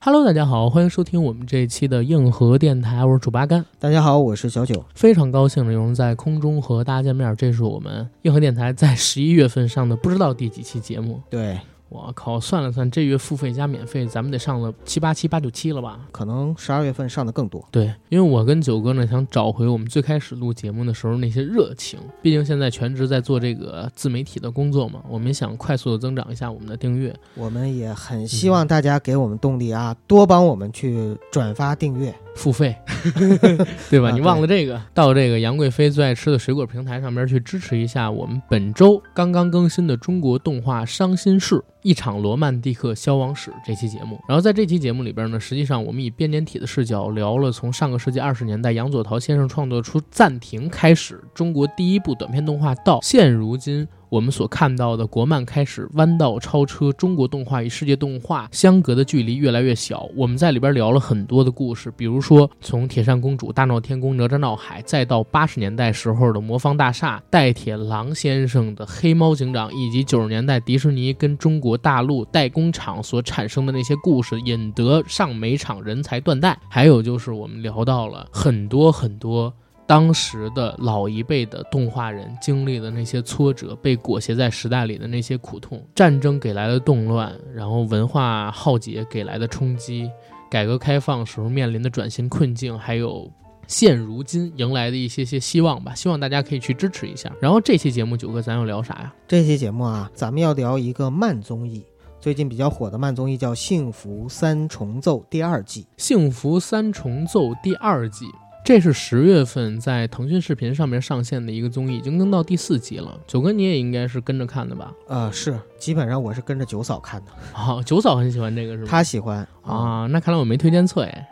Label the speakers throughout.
Speaker 1: Hello，大家好，欢迎收听我们这一期的硬核电台，我是主八竿，
Speaker 2: 大家好，我是小九。
Speaker 1: 非常高兴能在空中和大家见面，这是我们硬核电台在 十一月份上的不知道第几期节目。
Speaker 2: 对，
Speaker 1: 我靠，算了算，这月付费加免费，咱们得上了七八期、八九期了吧？
Speaker 2: 可能十二月份上的更多。
Speaker 1: 对，因为我跟九哥呢想找回我们最开始录节目的时候那些热情，毕竟现在全职在做这个自媒体的工作嘛，我们想快速的增长一下我们的订阅。
Speaker 2: 我们也很希望大家给我们动力啊，多帮我们去转发、订阅。
Speaker 1: 付费，对吧？
Speaker 2: 啊
Speaker 1: 你忘了这个，到这个杨贵妃最爱吃的水果平台上面去支持一下我们本周刚刚更新的中国动画《伤心事》一场罗曼蒂克消亡史这期节目。然后在这期节目里边呢，实际上我们以编年体的视角聊了从上个世纪二十年代杨佐陶先生创作出《暂停》开始，中国第一部短片动画到现如今。我们所看到的国漫开始弯道超车，中国动画与世界动画相隔的距离越来越小。我们在里边聊了很多的故事，比如说从《铁扇公主》《大闹天宫》《哪吒闹海》，再到八十年代时候的魔方大厦、代铁狼先生的黑猫警长，以及九十年代迪士尼跟中国大陆代工厂所产生的那些故事，引得上美厂人才断代。还有就是我们聊到了很多很多当时的老一辈的动画人经历的那些挫折，被裹挟在时代里的那些苦痛，战争给来的动乱，然后文化浩劫给来的冲击，改革开放时候面临的转型困境，还有。现如今迎来的一些些希望吧，希望大家可以去支持一下。然后这期节目九哥，咱要聊啥呀？
Speaker 2: 这期节目啊，咱们要聊一个慢综艺，最近比较火的慢综艺叫《幸福三重奏》第二季。
Speaker 1: 《幸福三重奏》第二季，这是十月份在腾讯视频上面上线的一个综艺，已经更到第四集了。九哥你也应该是跟着看的吧？
Speaker 2: 呃，是，基本上我是跟着九嫂看的，
Speaker 1: 啊，九嫂很喜欢这个是吧？
Speaker 2: 她喜欢。
Speaker 1: 啊，那看来我没推荐错 哎。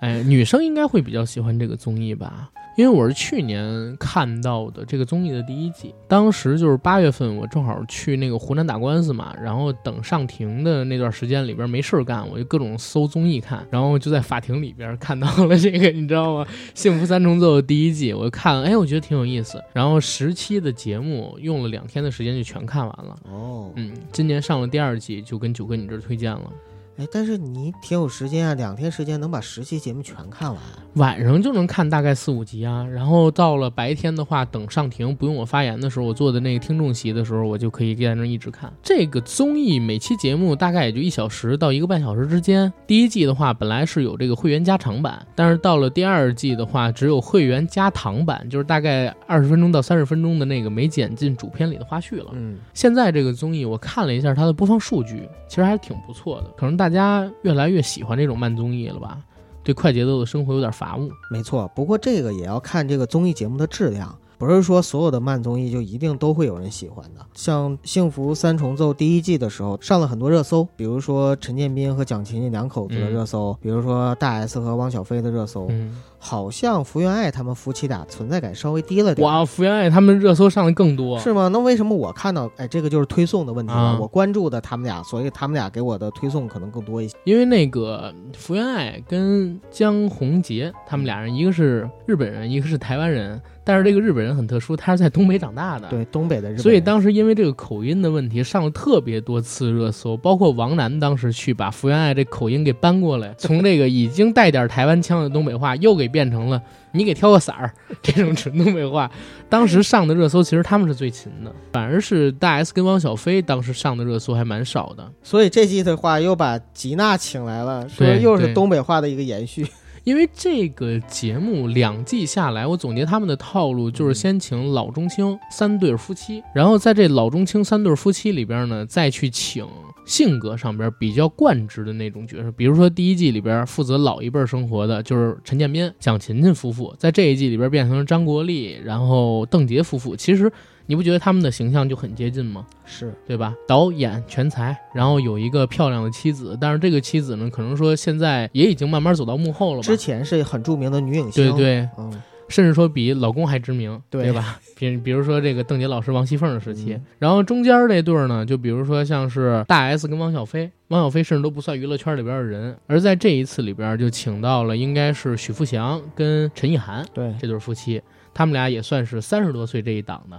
Speaker 1: 哎，女生应该会比较喜欢这个综艺吧，因为我是去年看到的这个综艺的第一季，当时就是八月份，我正好去那个湖南打官司嘛，然后等上庭的那段时间里边没事儿干，我就各种搜综艺看，然后就在法庭里边看到了这个，你知道吗？《幸福三重奏》第一季，我就看，哎，我觉得挺有意思，然后十期的节目用了两天的时间就全看完了。
Speaker 2: 哦，
Speaker 1: 嗯，今年上了第二季，就跟九哥你这儿推荐了。
Speaker 2: 哎，但是你挺有时间啊，两天时间能把十期节目全看完。
Speaker 1: 晚上就能看大概四五集啊，然后到了白天的话，等上庭不用我发言的时候，我坐的那个听众席的时候，我就可以在那儿一直看。这个综艺每期节目大概也就一小时到一个半小时之间。第一季的话，本来是有这个会员加长版，但是到了第二季的话，只有会员加长版，就是大概二十分钟到三十分钟的那个没剪进主片里的花絮了。
Speaker 2: 嗯，
Speaker 1: 现在这个综艺，我看了一下它的播放数据，其实还挺不错的。可能大家越来越喜欢这种慢综艺了吧？对快节奏的生活有点乏味。
Speaker 2: 没错，不过这个也要看这个综艺节目的质量，不是说所有的慢综艺就一定都会有人喜欢的。像《幸福三重奏》第一季的时候上了很多热搜，比如说陈建斌和蒋勤勤两口子的热搜，比如说大 S 和汪小菲的热搜。
Speaker 1: 嗯，
Speaker 2: 好像福原爱他们夫妻俩存在感稍微低了点。
Speaker 1: 哇，福原爱他们热搜上的更多。
Speaker 2: 是吗？那为什么我看到，哎，这个就是推送的问题了。
Speaker 1: 啊
Speaker 2: 我关注的他们俩，所以他们俩给我的推送可能更多一些。
Speaker 1: 因为那个福原爱跟江宏杰他们俩人，一个是日本人，一个是台湾人。但是这个日本人很特殊，他是在东北长大的，，
Speaker 2: 对，东北的日本人，
Speaker 1: 所以当时因为这个口音的问题上了特别多次热搜，包括王楠当时去把福原爱这口音给搬过来，从这个已经带点台湾腔的东北话，又给变成了你给挑个色儿这种纯东北话。当时上的热搜其实他们是最勤的，反而是大 S 跟汪小菲当时上的热搜还蛮少的。
Speaker 2: 所以这季的话又把吉娜请来了，说
Speaker 1: 对
Speaker 2: 又
Speaker 1: 对
Speaker 2: 是东北话的一个延续。
Speaker 1: 因为这个节目两季下来，我总结他们的套路就是先请老中青三对夫妻，然后在这老中青三对夫妻里边呢，再去请性格上边比较惯职的那种角色，比如说第一季里边负责老一辈生活的就是陈建斌、蒋勤勤夫妇，在这一季里边变成了张国立，然后邓婕夫妇。其实你不觉得他们的形象就很接近吗？
Speaker 2: 是，
Speaker 1: 对吧？导演全才，然后有一个漂亮的妻子，但是这个妻子呢，可能说现在也已经慢慢走到幕后了吧。
Speaker 2: 之前是很著名的女影星，
Speaker 1: 对，对，
Speaker 2: 嗯，
Speaker 1: 甚至说比老公还知名，对
Speaker 2: 对
Speaker 1: 吧？比比如说这个邓婕老师、王熙凤的时期，
Speaker 2: 嗯
Speaker 1: 然后中间这对儿呢，就比如说像是大 S 跟汪小菲，汪小菲甚至都不算娱乐圈里边的人，而在这一次里边就请到了应该是许富祥跟陈意涵
Speaker 2: 对
Speaker 1: 这对夫妻，他们俩也算是三十多岁这一档的，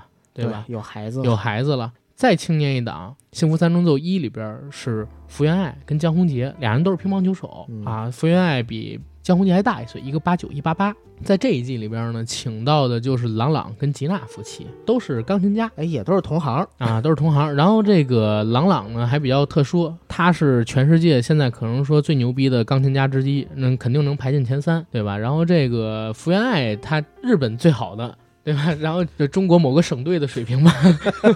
Speaker 1: 吧？
Speaker 2: 有孩子，
Speaker 1: 有孩子了。再青年一档，《幸福三重奏一》里边是福原爱跟江宏杰俩人都是乒乓球手、
Speaker 2: 嗯
Speaker 1: 啊，福原爱比江宏杰还大一岁，一个八九，一八八。在这一季里边呢，请到的就是郎朗跟吉娜夫妻，都是钢琴家。
Speaker 2: 哎，也都是同行，
Speaker 1: 啊，都是同行。然后这个郎朗呢还比较特殊，他是全世界现在可能说最牛逼的钢琴家之一，那肯定能排进前三，对吧？然后这个福原爱，他日本最好的，对吧？然后这中国某个省队的水平吧，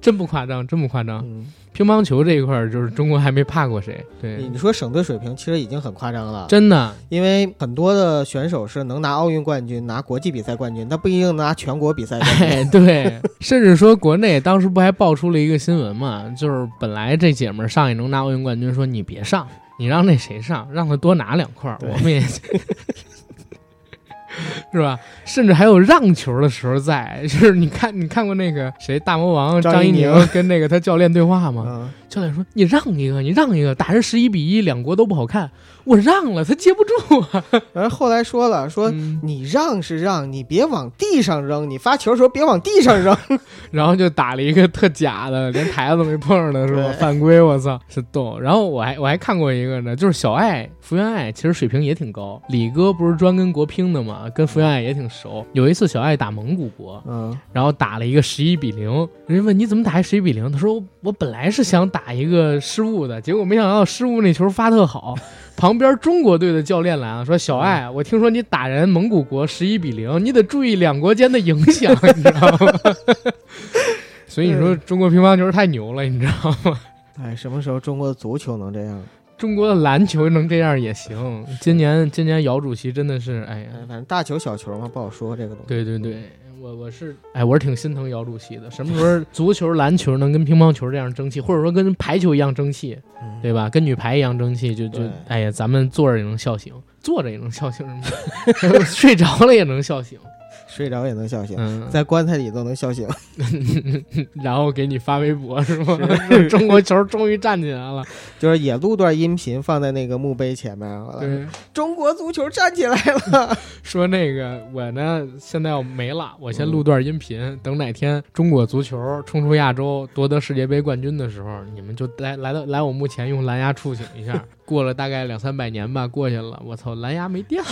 Speaker 1: 真不夸张，真不夸张。
Speaker 2: 嗯，
Speaker 1: 乒乓球这一块儿，就是中国还没怕过谁，对，
Speaker 2: 你说省队水平其实已经很夸张了，
Speaker 1: 真的
Speaker 2: 因为很多的选手是能拿奥运冠军、拿国际比赛冠军，但不一定拿全国比赛冠军。
Speaker 1: 哎，对，甚至说国内当时不还爆出了一个新闻嘛，就是本来这姐们儿上一能拿奥运冠军，说你别上，你让那谁上，让他多拿两块儿，
Speaker 2: 对
Speaker 1: 我们也。 是吧？甚至还有让球的时候在，就是你看，你看过那个谁大魔王
Speaker 2: 张
Speaker 1: 张
Speaker 2: 怡
Speaker 1: 怡宁
Speaker 2: 宁
Speaker 1: 跟那个他教练对 话吗？
Speaker 2: 嗯，
Speaker 1: 教练说：“你让一个，你让一个，打成十一比一，两国都不好看。我让了，他接不住啊。
Speaker 2: 而后来说了，说
Speaker 1: 嗯
Speaker 2: 你让是让，你别往地上扔，你发球的时候别往地上 扔。
Speaker 1: 然后就打了一个特假的，连台子都没碰的是吧
Speaker 2: 对？
Speaker 1: 犯规，我操，是逗。然后我还我还看过一个呢，就是小爱福原爱，其实水平也挺高。李哥不是专跟国乒的嘛，跟福原爱也挺熟。有一次小爱打蒙古国，
Speaker 2: 嗯，
Speaker 1: 然后打了一个十一比零，人家问你怎么打十一比零，他说我本来是想打一个失误的，结果没想到失误那球发特好。旁边中国队的教练来了，说小爱，我听说你打人蒙古国十一比零，你得注意两国间的影响， 你知道吗？ 所以你说中国乒乓球太牛了，你知道吗？
Speaker 2: 哎，什么时候中国的足球能这样？
Speaker 1: 中国的篮球能这样也行。今年今年姚主席真的是，哎呀
Speaker 2: 哎，反正大球小球嘛，不好说这个东西。
Speaker 1: 对对对，我我是哎，我是挺心疼姚主席的。什么时候足球、篮球能跟乒乓球这样争气，或者说跟排球一样争气，
Speaker 2: 嗯
Speaker 1: 对吧？跟女排一样争气，就就
Speaker 2: 对
Speaker 1: 哎呀，咱们坐着也能笑醒，坐着也能笑醒什 么？睡着了也能笑醒，
Speaker 2: 睡着也能笑醒，
Speaker 1: 嗯，
Speaker 2: 在棺材里都能笑醒。
Speaker 1: 然后给你发微博是吗？ 中国球终于站起来了，
Speaker 2: 就是也录段音频放在那个墓碑前面，完 了
Speaker 1: 对，
Speaker 2: 中国足球站起来了。
Speaker 1: 说那个我呢，现在要没了，我先录
Speaker 2: 嗯
Speaker 1: 段音频，等哪天中国足球冲出亚洲，夺得世界杯冠军的时候，你们就来来到来我目前用蓝牙触醒一 下。过了大概两三百年吧，过去了，我操，蓝牙没电了。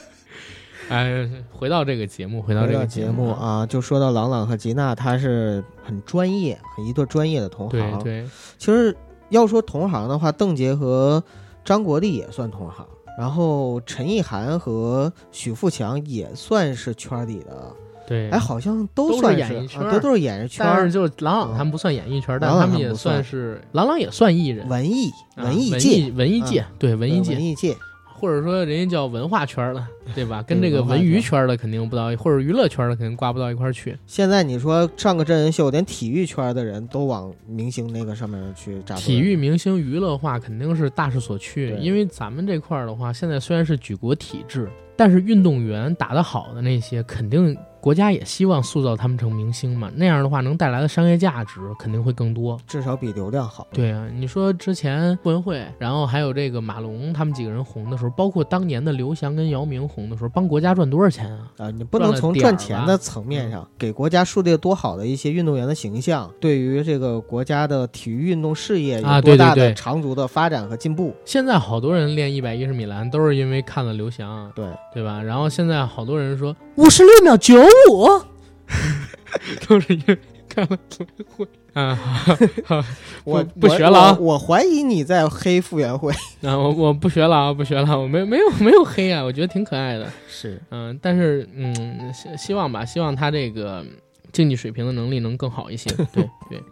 Speaker 1: 哎，回到这个节目，回到这
Speaker 2: 这
Speaker 1: 个
Speaker 2: 个节
Speaker 1: 目
Speaker 2: 目，啊，就说到郎朗和吉娜，他是很专业，一对专业的同
Speaker 1: 对
Speaker 2: 行。
Speaker 1: 对，
Speaker 2: 其实要说同行的话，邓婕和张国立也算同行，然后陈意涵和许富强也算是圈里的，
Speaker 1: 对
Speaker 2: 哎，，好像
Speaker 1: 都
Speaker 2: 都
Speaker 1: 是
Speaker 2: 算
Speaker 1: 演艺
Speaker 2: 啊
Speaker 1: 圈儿
Speaker 2: 都都是演艺圈
Speaker 1: 但是
Speaker 2: 儿，
Speaker 1: 就是郎朗他们不算演艺圈，但
Speaker 2: 郎
Speaker 1: 他
Speaker 2: 嗯朗
Speaker 1: 们
Speaker 2: 他们
Speaker 1: 也
Speaker 2: 不算
Speaker 1: 算是郎朗也算艺人，
Speaker 2: 文艺
Speaker 1: 啊
Speaker 2: 文艺界，嗯
Speaker 1: 界文艺界对文艺
Speaker 2: 对
Speaker 1: 界
Speaker 2: 文艺界，
Speaker 1: 或者说人家叫文化圈 儿的，对吧？跟
Speaker 2: 对
Speaker 1: 这个
Speaker 2: 文化
Speaker 1: 文娱
Speaker 2: 圈
Speaker 1: 圈儿的肯定不到，或者娱乐圈儿的肯定挂不到一块儿去。
Speaker 2: 现在你说上个真人秀，连体育圈的人都往明星那个上面去扎堆
Speaker 1: 体育明星娱乐化肯定是大势所趋，
Speaker 2: 对
Speaker 1: 因为咱们这块儿的话，现在虽然是举国体制，但是运动员打得好的那些，肯定国家也希望塑造他们成明星嘛。那样的话，能带来的商业价值肯定会更多。
Speaker 2: 至少比流量好。
Speaker 1: 对啊，你说之前傅园慧，然后还有这个马龙他们几个人红的时候，包括当年的刘翔跟姚明红的时候，帮国家赚多少钱啊？
Speaker 2: 啊，你不
Speaker 1: 赚
Speaker 2: 能
Speaker 1: 了
Speaker 2: 从
Speaker 1: 点儿嗯
Speaker 2: 赚钱的层面上给国家树立多好的一些运动员的形象，对于这个国家的体育运动事业
Speaker 1: 啊
Speaker 2: 有
Speaker 1: 对
Speaker 2: 多
Speaker 1: 对
Speaker 2: 大的
Speaker 1: 对
Speaker 2: 长足的发展和进步。
Speaker 1: 现在好多人练一百一十米栏都是因为看了刘翔，
Speaker 2: 对，
Speaker 1: 对吧？然后现在好多人说 五十六秒九五，都是因为看了足球会啊。 好好
Speaker 2: 我
Speaker 1: 不不学了啊
Speaker 2: 我我我怀疑你在黑傅园慧。
Speaker 1: 那我我不学了啊，不学了，我没没有 没有黑啊，我觉得挺可爱的。
Speaker 2: 是，
Speaker 1: 嗯，但 是嗯，希希望吧，希望他这个竞技水平的能力能更好一些。对对。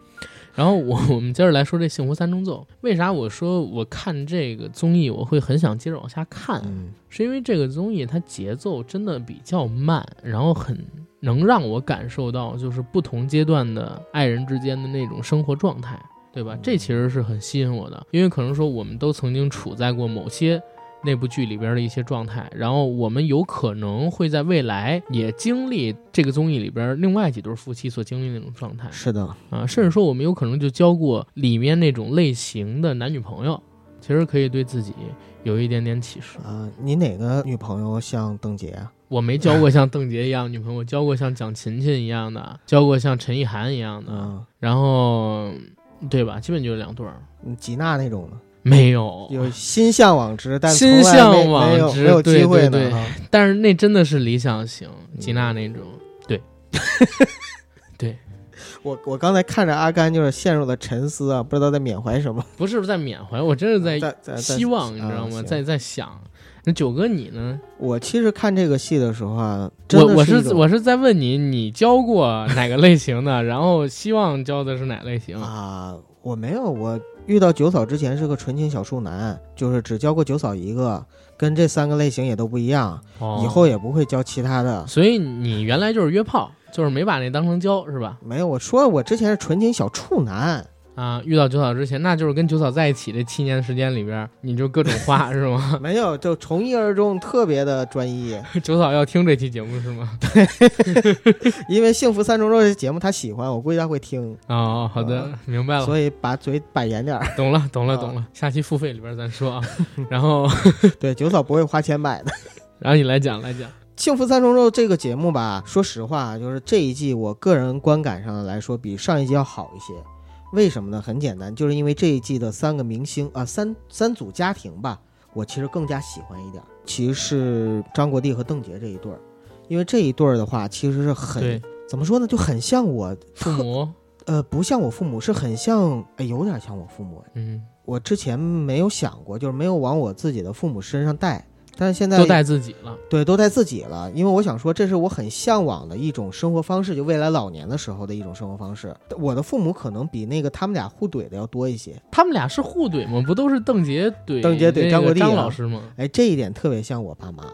Speaker 1: 然后我 我们接着来说这《幸福三重奏》，为啥我说我看这个综艺我会很想接着往下看？啊
Speaker 2: 嗯，
Speaker 1: 是因为这个综艺它节奏真的比较慢，然后很能让我感受到就是不同阶段的爱人之间的那种生活状态，对吧
Speaker 2: 嗯？
Speaker 1: 这其实是很吸引我的，因为可能说我们都曾经处在过某些。那部剧里边的一些状态，然后我们有可能会在未来也经历这个综艺里边另外几对夫妻所经历的那种状态
Speaker 2: 是的，
Speaker 1: 啊，甚至说我们有可能就交过里面那种类型的男女朋友，其实可以对自己有一点点启示。
Speaker 2: 啊，你哪个女朋友像邓婕啊？
Speaker 1: 我没交过像邓婕一样女朋友，我交过像蒋勤勤一样的，交过像陈意涵一样的，
Speaker 2: 嗯，
Speaker 1: 然后对吧？基本就是两对儿，
Speaker 2: 嗯吉娜那种的，
Speaker 1: 没有。
Speaker 2: 有心向往之，但
Speaker 1: 心
Speaker 2: 从来没
Speaker 1: 哦向往
Speaker 2: 没有
Speaker 1: 之
Speaker 2: 没有机会
Speaker 1: 对对
Speaker 2: 呢。
Speaker 1: 对
Speaker 2: 啊
Speaker 1: 但是那真的是理想型，吉娜那种。
Speaker 2: 嗯我我刚才看着阿甘，就是陷入了沉思啊，不知道在缅怀什么，
Speaker 1: 不是在缅怀，我真是在
Speaker 2: 在呃在
Speaker 1: 希望，你知道吗？。
Speaker 2: 啊
Speaker 1: 在
Speaker 2: 行
Speaker 1: 在想。那九哥你呢？
Speaker 2: 我其实看这个戏的时候啊，真
Speaker 1: 我
Speaker 2: 的
Speaker 1: 我
Speaker 2: 是一
Speaker 1: 是
Speaker 2: 种
Speaker 1: 我是在问你，你教过哪个类型 的？然后希望教的是哪类型？
Speaker 2: 啊，我没有，我遇到九嫂之前是个纯情小处男，就是只教过九嫂一个，跟这三个类型也都不一样，
Speaker 1: 哦
Speaker 2: 以后也不会教其他的。
Speaker 1: 所以你原来就是约炮，就是没把那当成教是吧？
Speaker 2: 没有，我说我之前是纯情小处男，
Speaker 1: 啊，遇到九嫂之前，那就是跟九嫂在一起这七年时间里边，你就各种 花是吗？
Speaker 2: 没有，就从一而终，特别的专一。
Speaker 1: 九嫂要听这期节目是吗？
Speaker 2: 因为《幸福三重奏》这节目他喜欢，我估计他会听，
Speaker 1: 哦，好的，
Speaker 2: 啊
Speaker 1: 明白了，
Speaker 2: 所以把嘴摆严 点儿。
Speaker 1: 懂了，懂了，
Speaker 2: 啊
Speaker 1: 懂了。下期付费里边咱说啊， 然后
Speaker 2: 对，九嫂不会花钱买的。
Speaker 1: 然后你来讲来讲，
Speaker 2: 《幸福三重奏》这个节目吧，说实话，就是这一季我个人观感上来说，比上一季要好一些。为什么呢？很简单，就是因为这一季的三个明星啊、三三组家庭吧，我其实更加喜欢一点。其实是张国立和邓婕这一对儿，因为这一对儿的话，其实是很
Speaker 1: 对
Speaker 2: 怎么说呢，就很像我
Speaker 1: 父 母，
Speaker 2: 呃，不像我父母，是很像，哎，有点像我父母。
Speaker 1: 嗯，
Speaker 2: 我之前没有想过，就是没有往我自己的父母身上带，但是现在
Speaker 1: 都带自己了，
Speaker 2: 对，都带自己了，因为我想说，这是我很向往的一种生活方式，就未来老年的时候的一种生活方式。我的父母可能比那个他们俩互怼的要多一些，
Speaker 1: 他们俩是互怼吗？不都是邓婕怼
Speaker 2: 邓婕怼
Speaker 1: 那个
Speaker 2: 张国立啊
Speaker 1: 张老师吗？
Speaker 2: 哎，这一点特别像我爸妈，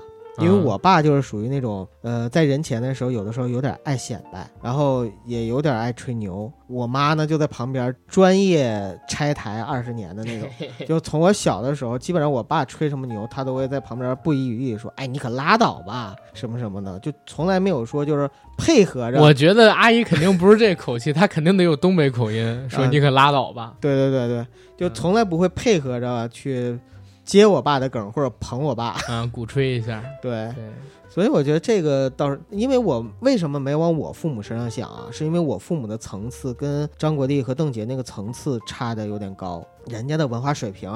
Speaker 2: 因为我爸就是属于那种，呃，在人前的时候，有的时候有点爱显摆，然后也有点爱吹牛。我妈呢，就在旁边专业拆台二十年的那种，就从我小的时候，基本上我爸吹什么牛，她都会在旁边不遗余力地说：“哎，你可拉倒吧，什么什么的。”就从来没有说就是啊配合着。
Speaker 1: 我觉得阿姨肯定不是这口气，她肯定得有东北口音，说
Speaker 2: 啊
Speaker 1: 你可拉倒吧。
Speaker 2: 对对对对，就从来不会配合着去接我爸的梗或者捧我爸。
Speaker 1: 啊，鼓吹一下，
Speaker 2: 对，
Speaker 1: 对，
Speaker 2: 所以我觉得这个倒是，因为我为什么没往我父母身上想啊？是因为我父母的层次跟张国立和邓婕那个层次差的有点高，人家的文化水平，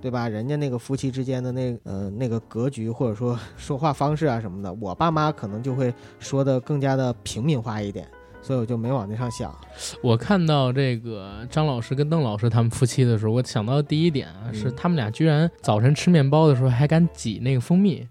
Speaker 2: 对吧？人家那个夫妻之间的那呃那个格局或者说说话方式啊什么的，我爸妈可能就会说的更加的平民化一点，所以我就没往那上想。
Speaker 1: 我看到这个张老师跟邓老师他们夫妻的时候，我想到的第一点啊，
Speaker 2: 嗯
Speaker 1: 是他们俩居然早晨吃面包的时候还敢挤那个蜂 蜜，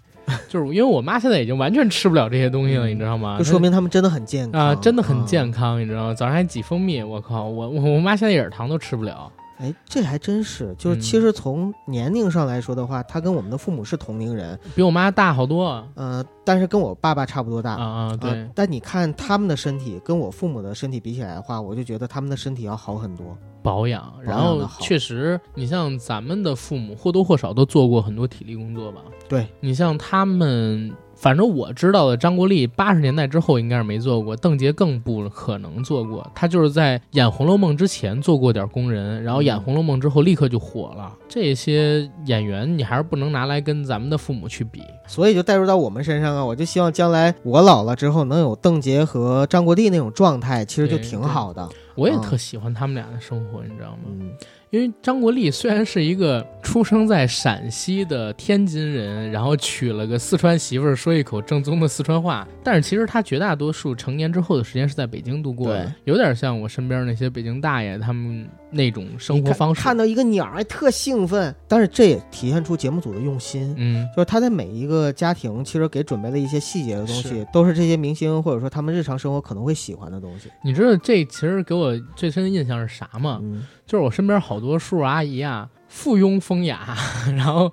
Speaker 1: 就是因为我妈现在已经完全吃不了这些东西了，
Speaker 2: 嗯
Speaker 1: 你知道吗？
Speaker 2: 就说明他们真的很健
Speaker 1: 她
Speaker 2: 康
Speaker 1: 啊，真的很
Speaker 2: 康。
Speaker 1: 健康，你知道吗？早上还挤蜂蜜，我靠，我我我妈现在一点糖都吃不了。
Speaker 2: 哎，这还真是，就是
Speaker 1: 嗯
Speaker 2: 其实从年龄上来说的话，他跟我们的父母是同龄人，
Speaker 1: 比我妈大好多啊
Speaker 2: 呃，但是跟我爸爸差不多大。
Speaker 1: 啊！对
Speaker 2: 呃，但你看他们的身体跟我父母的身体比起来的话，我就觉得他们的身体要好很多。
Speaker 1: 保养，然
Speaker 2: 保养
Speaker 1: 后
Speaker 2: 得好
Speaker 1: 确实，你像咱们的父母或多或少都做过很多体力工作吧？
Speaker 2: 对，
Speaker 1: 你像他们，反正我知道的，张国立八十年代之后应该是没做过，邓婕更不可能做过。他就是在演《红楼梦》之前做过点工人，然后演《
Speaker 2: 嗯
Speaker 1: 红楼梦》之后立刻就火了。这些演员你还是不能拿来跟咱们的父母去比。
Speaker 2: 所以就带入到我们身上啊，我就希望将来我老了之后能有邓婕和张国立那种状态，其实就
Speaker 1: 对
Speaker 2: 挺
Speaker 1: 对
Speaker 2: 好的。
Speaker 1: 我也
Speaker 2: 嗯
Speaker 1: 特喜欢他们俩的生活，你知道吗？
Speaker 2: 嗯，
Speaker 1: 因为张国立虽然是一个出生在陕西的天津人，然后娶了个四川媳妇儿，说一口正宗的四川话，但是其实他绝大多数成年之后的时间是在北京度过的
Speaker 2: 对，
Speaker 1: 有点像我身边那些北京大爷他们那种生活
Speaker 2: 看
Speaker 1: 方式。
Speaker 2: 看到一个鸟儿还特兴奋，但是这也体现出节目组的用心。
Speaker 1: 嗯，
Speaker 2: 就是他在每一个家庭，其实给准备了一些细节的东西
Speaker 1: 是，
Speaker 2: 都是这些明星或者说他们日常生活可能会喜欢的东西。
Speaker 1: 你知道这其实给我最深的印象是啥吗？
Speaker 2: 嗯，
Speaker 1: 就是我身边好多叔叔阿姨啊，附庸风雅， 然后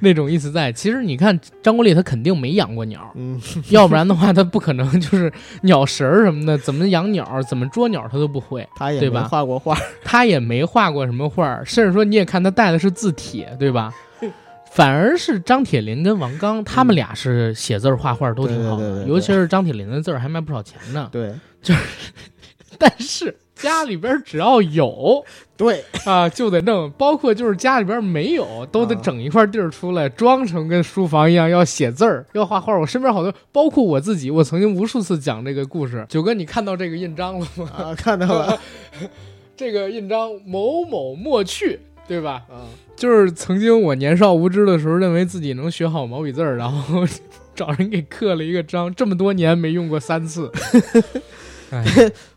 Speaker 1: 那种意思在。其实你看张国立他肯定没养过鸟，
Speaker 2: 嗯，
Speaker 1: 要不然的话，他不可能就是鸟食儿什么的，怎么养鸟、怎么捉鸟，他都不会。
Speaker 2: 他也
Speaker 1: 对
Speaker 2: 没
Speaker 1: 吧
Speaker 2: 画过画，
Speaker 1: 他也没画过什么画儿，甚至说你也看他带的是字帖，对吧？反而是张铁林跟王刚，他们俩是写字儿、画画儿都挺好的，
Speaker 2: 对对对对对
Speaker 1: 尤其是张铁林的字儿还卖不少钱呢。
Speaker 2: 对，
Speaker 1: 但是家里边只要有
Speaker 2: 对，
Speaker 1: 啊，就得弄，包括就是家里边没有，都得
Speaker 2: 啊
Speaker 1: 整一块地儿出来，装成跟书房一样，要写字儿，要画画。我身边好多，包括我自己，我曾经无数次讲这个故事。九哥，你看到这个印章了吗？
Speaker 2: 啊，看到了，
Speaker 1: 这个印章某某莫去，对吧？
Speaker 2: 啊，
Speaker 1: 就是曾经我年少无知的时候，认为自己能学好毛笔字儿，然后 找人给刻了一个章，这么多年没用过三次。 哎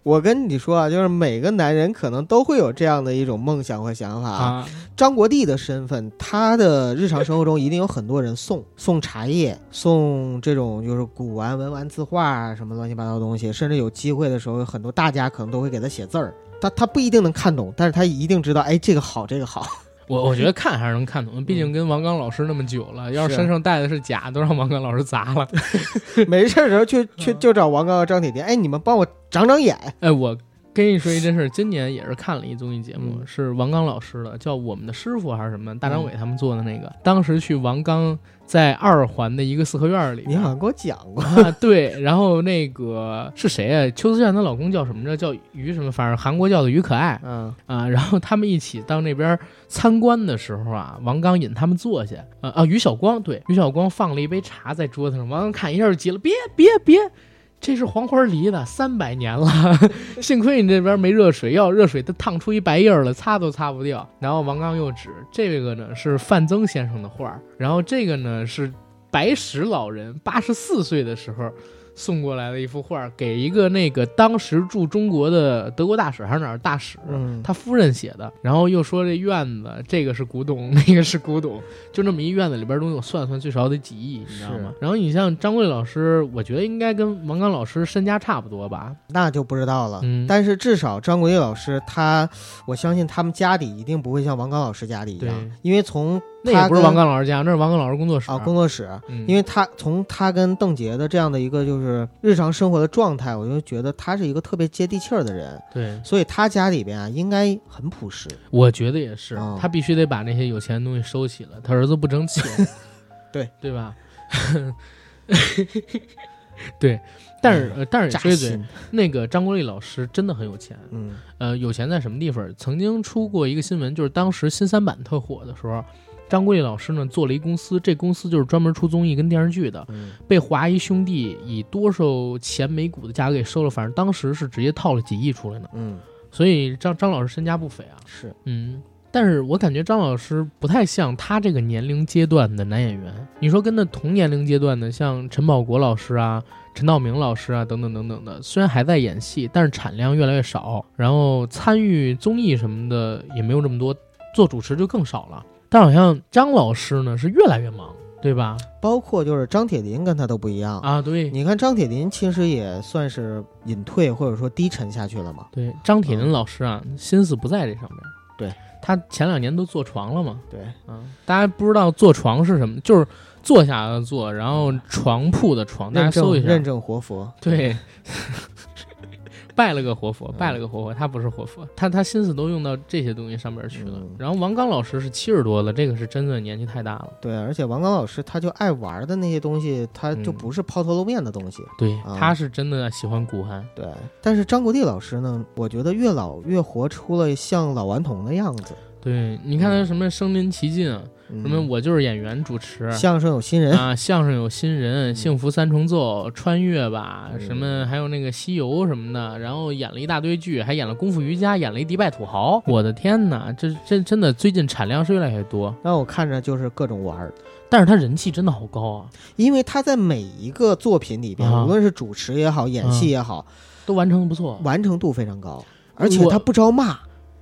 Speaker 2: 我跟你说啊，就是每个男人可能都会有这样的一种梦想和想法。
Speaker 1: 啊，
Speaker 2: 张国立的身份，他的日常生活中一定有很多人送送茶叶，送这种就是古玩、文玩、字画啊，什么乱七八糟的东西，甚至有机会的时候，有很多大家可能都会给他写字儿。他他不一定能看懂，但是他一定知道，哎，这个好，这个好。
Speaker 1: 我我觉得看还是能看懂，毕竟跟王刚老师那么久了，嗯要是啊身上带的是假，都让王刚老师砸了。
Speaker 2: 没事儿的时候去去就找王刚和张铁林，哎，你们帮我长长眼。
Speaker 1: 哎，我跟你说一件事，今年也是看了一综艺节目，
Speaker 2: 嗯
Speaker 1: 是王刚老师的，叫《我们的师傅》还是什么，大张伟他们做的那个。当时去王刚在二环的一个四合院里边，
Speaker 2: 你好像给我讲过，
Speaker 1: 啊，对，然后那个是谁啊？邱思炫她老公叫什么着？叫于什么？反正韩国叫的于可爱
Speaker 2: 嗯
Speaker 1: 啊。然后他们一起到那边参观的时候啊，王刚引他们坐下，啊啊，于晓光对，于晓光放了一杯茶在桌子上，王刚看一下就急了，别别别。这是黄花梨的，三百年了。 幸亏你这边没热水，要热水它烫出一白印儿了，擦都擦不掉。然后王刚又指这个呢是范增先生的画儿，然后这个呢是白石老人八十四岁的时候送过来的一幅画儿，给一个那个当时驻中国的德国大使还是哪儿大使，啊
Speaker 2: 嗯，
Speaker 1: 他夫人写的。然后又说这院子这个是古董， 那个是古董，就这么一院子里边东西，我算了算最少得几亿，你知道吗？然后你像张贵老师，我觉得应该跟王刚老师身家差不多吧？
Speaker 2: 那就不知道了。
Speaker 1: 嗯
Speaker 2: 啊但是至少张国立老师他，我相信他们家里一定不会像王刚老师家里一
Speaker 1: 对
Speaker 2: 样，因为从
Speaker 1: 那也不是
Speaker 2: 跟
Speaker 1: 王刚老师家，那是王刚老师工作室
Speaker 2: 啊工作室，
Speaker 1: 嗯
Speaker 2: 因为他从他跟邓婕的这样的一个就是日常生活的状态，我就觉得他是一个特别接地气儿的人，
Speaker 1: 对，
Speaker 2: 所以他家里边啊应该很朴实。
Speaker 1: 我觉得也是，
Speaker 2: 哦
Speaker 1: 他必须得把那些有钱的东西收起了，他儿子不争气，
Speaker 2: 对
Speaker 1: 对吧？ 对，但是、呃、但是也
Speaker 2: 扎
Speaker 1: 说一嘴，
Speaker 2: 心，
Speaker 1: 那个张国立老师真的很有钱，
Speaker 2: 嗯
Speaker 1: 呃，有钱在什么地方？曾经出过一个新闻，就是当时新三板特火的时候，张国立老师呢做了一公司，这公司就是专门出综艺跟电视剧的，
Speaker 2: 嗯，
Speaker 1: 被华谊兄弟以多少钱每股的价格给收了，反正当时是直接套了几亿出来呢。
Speaker 2: 嗯，
Speaker 1: 所以张张老师身家不菲啊。
Speaker 2: 是
Speaker 1: 嗯，但是我感觉张老师不太像他这个年龄阶段的男演员。你说跟那同年龄阶段的，像陈宝国老师啊、陈道明老师啊等等等等的，虽然还在演戏，但是产量越来越少，然后参与综艺什么的也没有这么多，做主持就更少了。但好像张老师呢是越来越忙，对吧？
Speaker 2: 包括就是张铁林跟他都不一样。
Speaker 1: 啊，对。
Speaker 2: 你看张铁林其实也算是隐退或者说低沉下去了嘛，
Speaker 1: 对，张铁林老师啊，心思不在这上面。
Speaker 2: 对，
Speaker 1: 他前两年都坐床了嘛。
Speaker 2: 对，
Speaker 1: 啊，大家不知道坐床是什么，就是坐下的坐，然后床铺的床，大家
Speaker 2: 嗯认
Speaker 1: 搜
Speaker 2: 证
Speaker 1: 一下。
Speaker 2: 认证活佛，
Speaker 1: 对， 拜了个活佛，
Speaker 2: 嗯
Speaker 1: 拜了个活佛，他不是活佛，他他心思都用到这些东西上面去了。
Speaker 2: 嗯
Speaker 1: 然后王刚老师是七十多了，这个是真的年纪太大了。
Speaker 2: 对，而且王刚老师他就爱玩的那些东西，他就
Speaker 1: 嗯
Speaker 2: 不是抛头露面的东西。
Speaker 1: 对，
Speaker 2: 啊
Speaker 1: 他是真的喜欢古玩。
Speaker 2: 对，但是张国立老师呢，我觉得越老越活出了像老顽童的样子。
Speaker 1: 对，你看他什么身临其境，
Speaker 2: 嗯、
Speaker 1: 什么我就是演员主持，
Speaker 2: 相声有新 人，
Speaker 1: 啊，相声有新人，
Speaker 2: 嗯
Speaker 1: 幸福三重奏，穿越吧，
Speaker 2: 嗯
Speaker 1: 什么还有那个西游什么的，然后演了一大堆剧，还演了功夫瑜伽，演了一迪拜土豪。我的天哪，这真真的最近产量是越来越多，
Speaker 2: 让我看着就是各种玩儿。
Speaker 1: 但是他人气真的好高啊，
Speaker 2: 因为他在每一个作品里边，
Speaker 1: 啊
Speaker 2: 无论是主持也好，演戏也好，
Speaker 1: 都完成的不错。
Speaker 2: 完成度非常高，而且
Speaker 1: 我
Speaker 2: 他不招骂。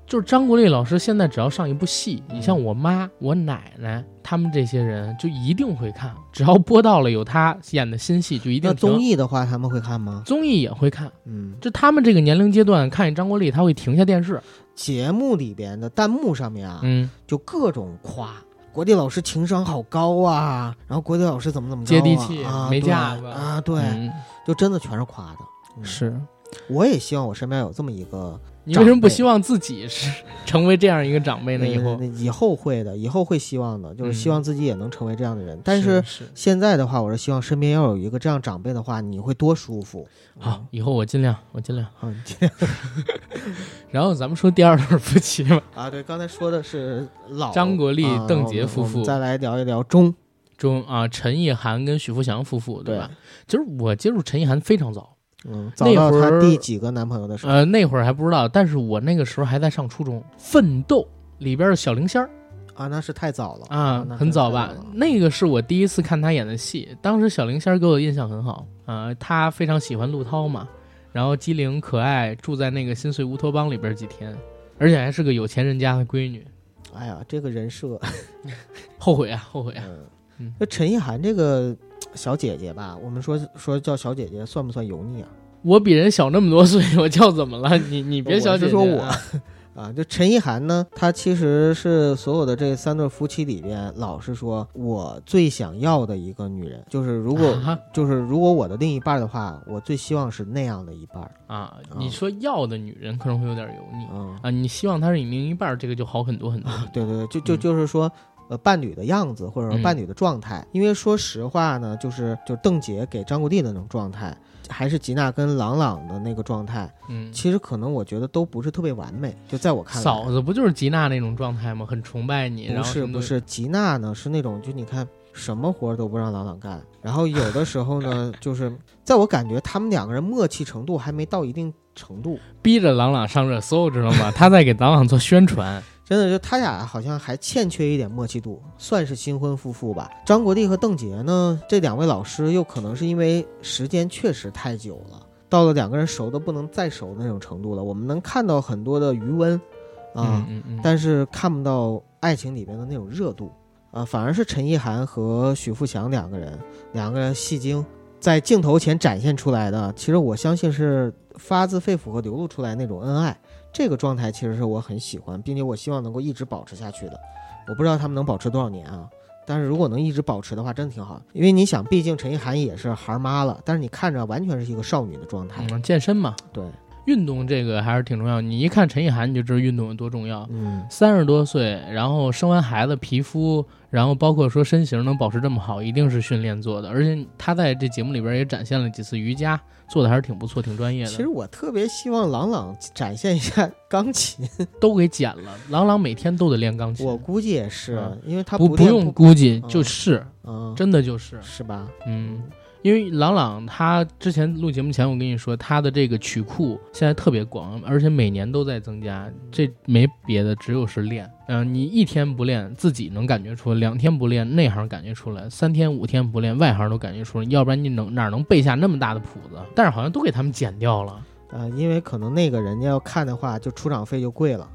Speaker 1: 就是张国立老师现在只要上一部戏，你
Speaker 2: 嗯
Speaker 1: 像我妈、我奶奶他们这些人就一定会看，只要播到了有他演的新戏，就一定
Speaker 2: 那综
Speaker 1: 艺
Speaker 2: 艺的话，他们会看吗？
Speaker 1: 综艺也会看。
Speaker 2: 嗯，
Speaker 1: 就他们这个年龄阶段看见张国立，他会停下电视。
Speaker 2: 节目里边的弹幕上面啊，
Speaker 1: 嗯。
Speaker 2: 就各种夸。国立老师情商好高啊，然后国立老师怎么怎么着、啊、
Speaker 1: 接地气
Speaker 2: 啊，
Speaker 1: 没
Speaker 2: 对
Speaker 1: 架子
Speaker 2: 啊，对，
Speaker 1: 嗯
Speaker 2: 就真的全是夸的。嗯
Speaker 1: 是，
Speaker 2: 我也希望我身边有这么一个
Speaker 1: 你为什么不希望自己是成为这样一个长辈呢？以后嗯
Speaker 2: 嗯以后会的，以后会希望的，就是希望自己也能成为这样的人。但
Speaker 1: 是
Speaker 2: 是现在的话，我是希望身边要有一个这样长辈的话，你会多舒服。嗯
Speaker 1: 好，以后我尽量，我尽量。
Speaker 2: 好， 你接
Speaker 1: 然后咱们说第二对夫妻吧，
Speaker 2: 啊，对，刚才说的是老
Speaker 1: 张国立
Speaker 2: 啊
Speaker 1: 邓婕夫
Speaker 2: 我们
Speaker 1: 妇
Speaker 2: 我们再来聊一聊中，
Speaker 1: 中啊，陈意涵跟许富祥夫妇，对
Speaker 2: 对
Speaker 1: 吧？其实我接触陈意涵非常早，
Speaker 2: 嗯，找到
Speaker 1: 那会儿
Speaker 2: 她第几个男朋友的时候，
Speaker 1: 呃，那会儿还不知道，但是我那个时候还在上初中，《奋斗》里边的小灵仙儿
Speaker 2: 啊，那是太早了
Speaker 1: 啊
Speaker 2: 那，
Speaker 1: 很早
Speaker 2: 太
Speaker 1: 吧
Speaker 2: 了？
Speaker 1: 那个是我第一次看她演的戏，当时小灵仙儿给我的印象很好啊，她非常喜欢陆涛嘛，然后机灵可爱，住在那个新碎乌托邦里边几天，而且还是个有钱人家的闺女，
Speaker 2: 哎呀，这个人 设，
Speaker 1: 后悔啊，后悔啊！
Speaker 2: 嗯
Speaker 1: 嗯，
Speaker 2: 那陈意涵这个小姐姐吧，我们说说叫小姐姐，算不算油腻啊？
Speaker 1: 我比人小那么多岁，我叫怎么了？ 你你别小姐姐、啊、
Speaker 2: 我是说我啊，就陈意涵呢，她其实是所有的这三对夫妻里边，老实说，我最想要的一个女人，就是如 果、
Speaker 1: 啊
Speaker 2: 就是如果我的另一半的话，我最希望是那样的一半儿。
Speaker 1: 啊，你说要的女人可能会有点油腻
Speaker 2: 嗯，
Speaker 1: 啊，你希望她是你另一半儿，这个就好很多很多。
Speaker 2: 啊对对对，就就
Speaker 1: 嗯
Speaker 2: 就是说。呃，伴侣的样子，或者说
Speaker 1: 嗯
Speaker 2: 伴侣的状态，因为说实话呢，就是就邓婕给张国立的那种状态，还是吉娜跟郎朗的那个状态，
Speaker 1: 嗯，
Speaker 2: 其实可能我觉得都不是特别完美。就在我看来，
Speaker 1: 嫂子不就是吉娜那种状态吗？很崇拜你，然
Speaker 2: 不
Speaker 1: 后
Speaker 2: 是
Speaker 1: 什么
Speaker 2: 不
Speaker 1: 都，
Speaker 2: 是，吉娜呢是那种就你看什么活儿都不让朗朗干，然后有的时 候呢，就是在我感觉他们两个人默契程度还没到一定程度，
Speaker 1: 逼着朗朗上热搜，知道 吗？他在给朗朗做宣传。
Speaker 2: 真的就他俩好像还欠缺一点默契度，算是新婚夫妇吧。张国立和邓婕呢，这两位老师又可能是因为时间确实太久了，到了两个人熟的不能再熟的那种程度了，我们能看到很多的余温，
Speaker 1: 嗯
Speaker 2: 啊、
Speaker 1: 嗯嗯，
Speaker 2: 但是看不到爱情里边的那种热度啊，反而是陈意涵和许富祥两个人，两个人戏精在镜头前展现出来的，其实我相信是发自肺腑和流露出来那种恩爱，这个状态其实是我很喜欢，并且我希望能够一直保持下去的。我不知道他们能保持多少年啊。但是如果能一直保持的话，真的挺好。因为你想，毕竟陈意涵也是孩儿妈了，但是你看着完全是一个少女的状态。
Speaker 1: 嗯健身嘛，
Speaker 2: 对，
Speaker 1: 运动这个还是挺重要。你一看陈意涵，你就知道运动有多重要。
Speaker 2: 嗯，
Speaker 1: 三十多岁，然后生完孩子，皮肤，然后包括说身形能保持这么好，一定是训练做的。而且他在这节目里边也展现了几次瑜伽，做的还是挺不错，挺专业的。
Speaker 2: 其实我特别希望朗朗展现一下钢琴。
Speaker 1: 都给剪了。郎朗每天都得练钢琴，
Speaker 2: 我估计也是，
Speaker 1: 嗯
Speaker 2: 因为他
Speaker 1: 不
Speaker 2: 不练
Speaker 1: 用，估计，
Speaker 2: 嗯
Speaker 1: 就是
Speaker 2: 嗯，
Speaker 1: 真的就是，
Speaker 2: 是吧？
Speaker 1: 嗯，因为郎朗他之前录节目前，我跟你说他的这个曲库现在特别广，而且每年都在增加，这没别的，只有是练。嗯、你一天不练，自己能感觉出来；两天不练，内行感觉出来；三天五天不练，外行都感觉出来。要不然你能哪能背下那么大的谱子？但是好像都给他们剪掉了。
Speaker 2: 呃，因为可能那个人家要看的话，就出场费就贵了。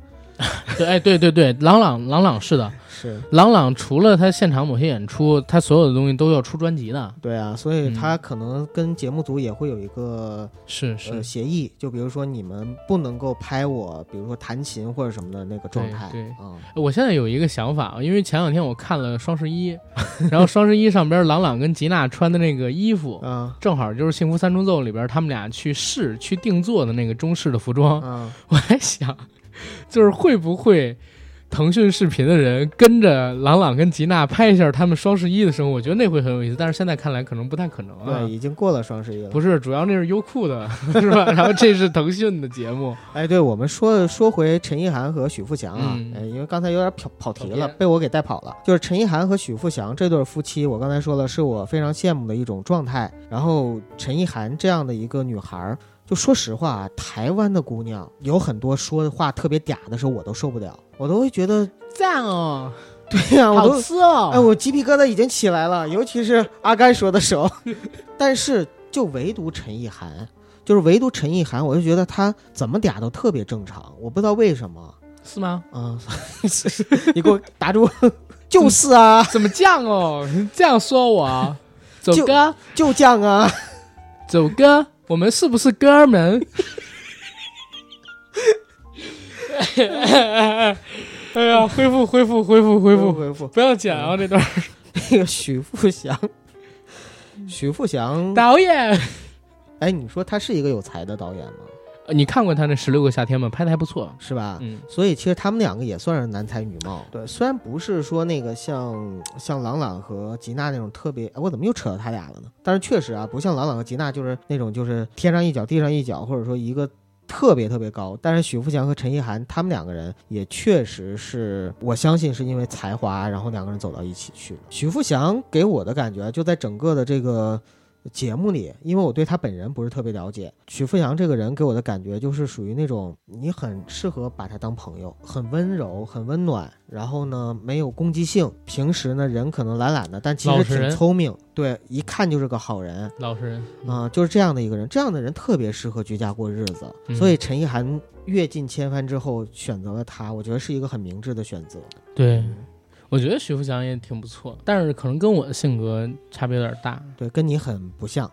Speaker 1: 对，哎，对对对，郎朗郎朗是的，
Speaker 2: 是，
Speaker 1: 朗朗除了他现场某些演出，他所有的东西都要出专辑的。
Speaker 2: 对啊，所以
Speaker 1: 嗯
Speaker 2: 他可能跟节目组也会有一个、
Speaker 1: 是是
Speaker 2: 呃协议，就比如说你们不能够拍我，比如说弹琴或者什么的那个状态。
Speaker 1: 对对
Speaker 2: 嗯
Speaker 1: 我现在有一个想法，啊因为前两天我看了双十一， 然后双十一上边朗朗跟吉娜穿的那个衣服，
Speaker 2: 啊
Speaker 1: 正好就是《幸福三重奏》里边他们俩去试去定做的那个中式的服装。
Speaker 2: 啊，
Speaker 1: 我还想，就是会不会腾讯视频的人跟着朗朗跟吉娜拍一下他们双十一的生活？我觉得那会很有意思，但是现在看来可能不太可能啊。
Speaker 2: 对，已经过了双十一了。
Speaker 1: 不是，主要那是优酷的， 是吧？然后这是腾讯的节目，
Speaker 2: 哎，对，我们说说回陈意涵和许富祥啊，
Speaker 1: 嗯
Speaker 2: 哎，因为刚才有点跑跑题
Speaker 1: 跑
Speaker 2: 了
Speaker 1: 偏，
Speaker 2: 被我给带跑了。就是陈意涵和许富祥这对夫妻，我刚才说了，是我非常羡慕的一种状态。然后陈意涵这样的一个女孩儿，就说实话啊，台湾的姑娘有很多说的话特别嗲的时候，我都受不了，我都会觉得，
Speaker 1: 赞哦，
Speaker 2: 对呀、我都
Speaker 1: 吃哦
Speaker 2: 哎，我鸡皮疙瘩已经起来了，尤其是阿甘说的时 候。但是就唯独陈意涵，就是唯独陈意涵，我就觉得她怎么嗲都特别正常，我不知道为什么。
Speaker 1: 是吗？
Speaker 2: 啊、你给我打住！ 就是啊，
Speaker 1: 怎么酱哦？这样说我，啊走
Speaker 2: 就
Speaker 1: 哥，
Speaker 2: 就这样啊。
Speaker 1: 走哥，我们是不是哥们？ 哎呀，恢复恢复恢复恢 复，
Speaker 2: 回复
Speaker 1: 不要剪啊这段。
Speaker 2: 那个许富祥，许富祥，
Speaker 1: 嗯导演，
Speaker 2: 哎，你说他是一个有才的导演吗？
Speaker 1: 呃你看过他那十六个夏天吗？拍的还不错。
Speaker 2: 是吧？
Speaker 1: 嗯，
Speaker 2: 所以其实他们两个也算是男才女貌。对，虽然不是说那个像像朗朗和吉娜那种特别，哎，我怎么又扯到他俩了呢？但是确实啊，不像朗朗和吉娜就是那种就是天上一脚地上一脚，或者说一个。特别特别高，但是许富祥和陈意涵他们两个人也确实是，我相信是因为才华，然后两个人走到一起去了。许富祥给我的感觉，就在整个的这个节目里，因为我对他本人不是特别了解，许富祥这个人给我的感觉就是属于那种你很适合把他当朋友，很温柔，很温暖，然后呢没有攻击性，平时呢人可能懒懒的，但其
Speaker 1: 老
Speaker 2: 实
Speaker 1: 实
Speaker 2: 挺
Speaker 1: 人
Speaker 2: 聪明，对，一看就是个好人。
Speaker 1: 老实人
Speaker 2: 啊、就是这样的一个人，这样的人特别适合居家过日子，
Speaker 1: 嗯
Speaker 2: 所以陈意涵阅尽千帆之后选择了他，我觉得是一个很明智的选择。
Speaker 1: 对，我觉得许富祥也挺不错，但是可能跟我的性格差别有点大，
Speaker 2: 对，跟你很不像，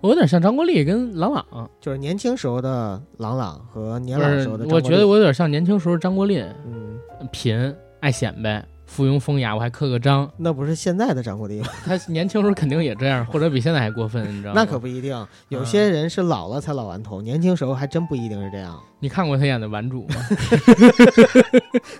Speaker 1: 我有点像张国立跟郎朗，
Speaker 2: 就是年轻时候的朗朗和年
Speaker 1: 不
Speaker 2: 老
Speaker 1: 是
Speaker 2: 时候的，张
Speaker 1: 我
Speaker 2: 国
Speaker 1: 觉得
Speaker 2: 立
Speaker 1: 我有点像年轻时候张国立，
Speaker 2: 嗯，
Speaker 1: 贫爱显摆，附庸风雅，我还刻个章。
Speaker 2: 那不是现在的张国立吗，
Speaker 1: 他年轻时候肯定也这样，或者比现在还过分，你知道吗？嗯
Speaker 2: 那可不一定，有些人是老了才老顽童，年轻时候还真不一定是 这样。
Speaker 1: 你看过他演的《顽主》吗？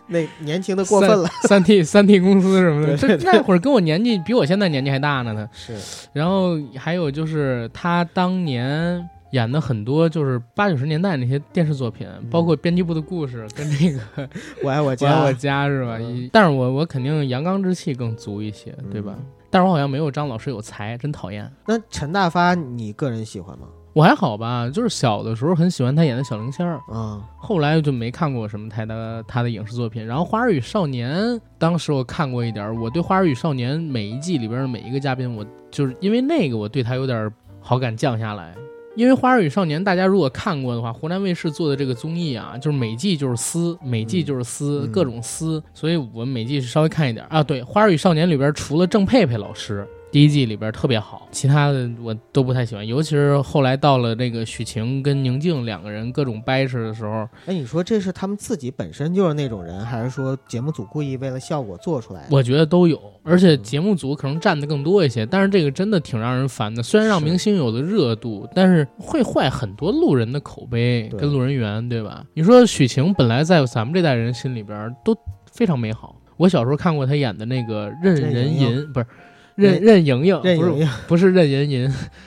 Speaker 2: 那年轻的过分了，
Speaker 1: 三 T 三 T 公司什么的，
Speaker 2: 对
Speaker 1: 这
Speaker 2: 对
Speaker 1: 那会儿跟我年纪比我现在年纪还大呢。他，
Speaker 2: 是
Speaker 1: 然后还有就是他当年演的很多就是八九十年代那些电视作品，包括《编辑部的故事》跟那个《
Speaker 2: 我爱嗯我
Speaker 1: 我爱
Speaker 2: 家，
Speaker 1: 我家》是吧？
Speaker 2: 嗯
Speaker 1: 但是我我肯定阳刚之气更足一些，对吧？
Speaker 2: 嗯
Speaker 1: 但是我好像没有张老师有才，真讨厌。
Speaker 2: 那陈大发你个人喜欢吗？
Speaker 1: 我还好吧，就是小的时候很喜欢他演的小灵仙儿，
Speaker 2: 啊、
Speaker 1: 后来就没看过什么太大他的影视作品。然后《花儿与少年》，当时我看过一点儿，我对《花儿与少年》每一季里边的每一个嘉宾，我就是因为那个，我对他有点儿好感降下来。因为《花儿与少年》，大家如果看过的话，湖南卫视做的这个综艺啊，就是每季就是撕，每季就是撕，
Speaker 2: 嗯嗯
Speaker 1: 各种撕，所以我每季稍微看一点儿啊。对，《花儿与少年》里边除了郑佩佩老师。第一啊季里边特别好，其他的我都不太喜欢，尤其是后来到了这个许晴跟宁静两个人各种掰扯的时候，
Speaker 2: 哎，你说这是他们自己本身就是那种人，还是说节目组故意为了效果做出来的？
Speaker 1: 我觉得都有，而且
Speaker 2: 嗯
Speaker 1: 节目组可能占的更多一些，但是这个真的挺让人烦的。虽然让
Speaker 2: 是
Speaker 1: 明星有了热度，但是会坏很多路人的口碑
Speaker 2: 对
Speaker 1: 跟路人缘，对吧？你说许晴本来在咱们这代人心里边儿都非常美好，我小时候看过她演的那个《任
Speaker 2: 任
Speaker 1: 人
Speaker 2: 盈盈哎
Speaker 1: 银》，不是任任盈盈，
Speaker 2: 任
Speaker 1: 不
Speaker 2: 盈
Speaker 1: 是
Speaker 2: 盈，
Speaker 1: 不是任盈盈，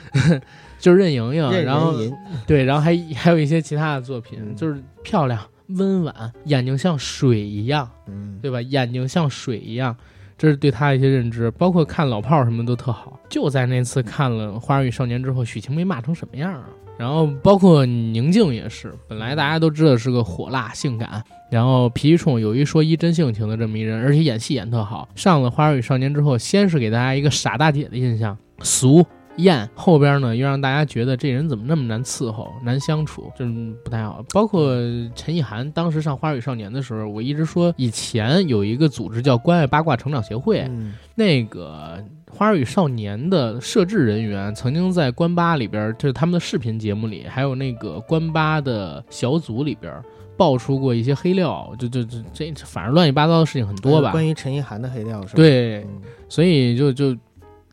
Speaker 1: 就是任盈盈。
Speaker 2: 任
Speaker 1: 嗯然后
Speaker 2: 人银，
Speaker 1: 对，然后还还有一些其他的作品，
Speaker 2: 嗯
Speaker 1: 就是漂亮、温婉，眼睛像水一样。
Speaker 2: 嗯，
Speaker 1: 对吧？眼睛像水一样，这是对他的一些认知，包括看老炮儿什么都特好。就在那次看了《花儿与少年》之后，许晴没骂成什么样啊！然后包括宁静也是，本来大家都知道是个火辣性感，然后脾气冲，有一说一真性情的这么一人，而且演戏演特好。上了《花儿与少年》之后，先是给大家一个傻大姐的印象，俗。艳后边呢，又让大家觉得这人怎么那么难伺候、难相处，这不太好。包括陈意涵当时上《花儿与少年》的时候，我一直说以前有一个组织叫关爱八卦成长协会，
Speaker 2: 嗯
Speaker 1: 那个《花儿与少年》的摄制人员曾经在关八里边儿，就是他们的视频节目里，还有那个关八的小组里边儿爆出过一些黑料，就就就这反正乱七八糟的事情很多吧。
Speaker 2: 关于陈意涵的黑料是吧？
Speaker 1: 对，
Speaker 2: 嗯，
Speaker 1: 所以就就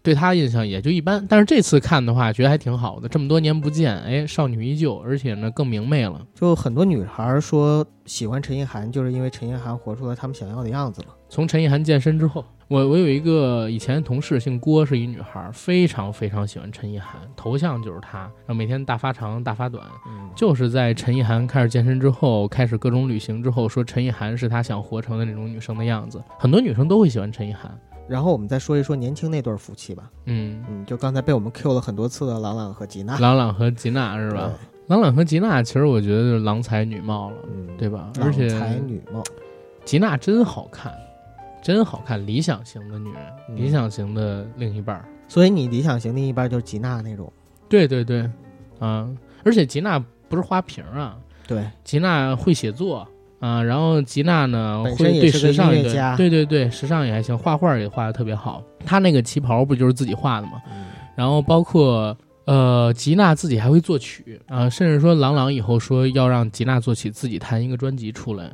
Speaker 1: 对他印象也就一般。但是这次看的话，觉得还挺好的。这么多年不见，哎，少女依旧，而且呢更明媚了。
Speaker 2: 就很多女孩说喜欢陈意涵，就是因为陈意涵活出了她们想要的样子嘛。
Speaker 1: 从陈意涵健身之后，我我有一个以前同事，姓郭，是一女孩，非常非常喜欢陈意涵，头像就是她，然后每天大发长大发短。
Speaker 2: 嗯，
Speaker 1: 就是在陈意涵开始健身之后，开始各种旅行之后，说陈意涵是她想活成的那种女生的样子，很多女生都会喜欢陈意涵。
Speaker 2: 然后我们再说一说年轻那对夫妻吧。
Speaker 1: 嗯，
Speaker 2: 嗯，就刚才被我们 Q 了很多次的朗朗和吉娜，
Speaker 1: 朗朗和吉娜是
Speaker 2: 嗯
Speaker 1: 吧？朗朗和吉娜其实我觉得就是郎才女貌了
Speaker 2: 对？。嗯，
Speaker 1: 对吧？
Speaker 2: 朗
Speaker 1: 而且
Speaker 2: 才女貌，
Speaker 1: 吉娜真好看，真好看，理想型的女人，
Speaker 2: 嗯
Speaker 1: 理想型的另一半儿。
Speaker 2: 所以你理想型的一般就是吉娜那种。
Speaker 1: 对对对，啊，而且吉娜不是花瓶儿啊，
Speaker 2: 对，
Speaker 1: 吉娜会写作啊，然后吉娜呢
Speaker 2: 本身
Speaker 1: 会
Speaker 2: 也
Speaker 1: 对
Speaker 2: 是
Speaker 1: 时
Speaker 2: 个
Speaker 1: 尚
Speaker 2: 音乐
Speaker 1: 也对
Speaker 2: 家
Speaker 1: 对对对，时尚也还行，画画也画的特别好。她那个旗袍不就是自己画的吗？
Speaker 2: 嗯
Speaker 1: 然后包括呃，吉娜自己还会作曲啊、甚至说郎朗以后说要让吉娜作曲，自己弹一个专辑出来。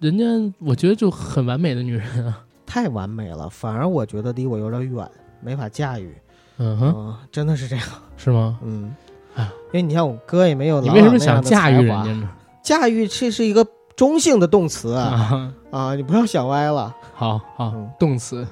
Speaker 1: 人家我觉得就很完美的女人啊，
Speaker 2: 太完美了，反而我觉得离我有点远，没法驾驭。
Speaker 1: 嗯
Speaker 2: 嗯、
Speaker 1: 哼，
Speaker 2: 真的是这样。
Speaker 1: 是吗？
Speaker 2: 嗯
Speaker 1: 哎，
Speaker 2: 因为你像我哥也没有
Speaker 1: 你
Speaker 2: 老
Speaker 1: 为什
Speaker 2: 老
Speaker 1: 么
Speaker 2: 那样
Speaker 1: 想
Speaker 2: 的
Speaker 1: 驾驭
Speaker 2: 才
Speaker 1: 人
Speaker 2: 华
Speaker 1: 家。呢？
Speaker 2: 驾驭这是一个中性的动词啊
Speaker 1: 啊，
Speaker 2: 啊，你不要想歪了。
Speaker 1: 好好
Speaker 2: 嗯，
Speaker 1: 动词，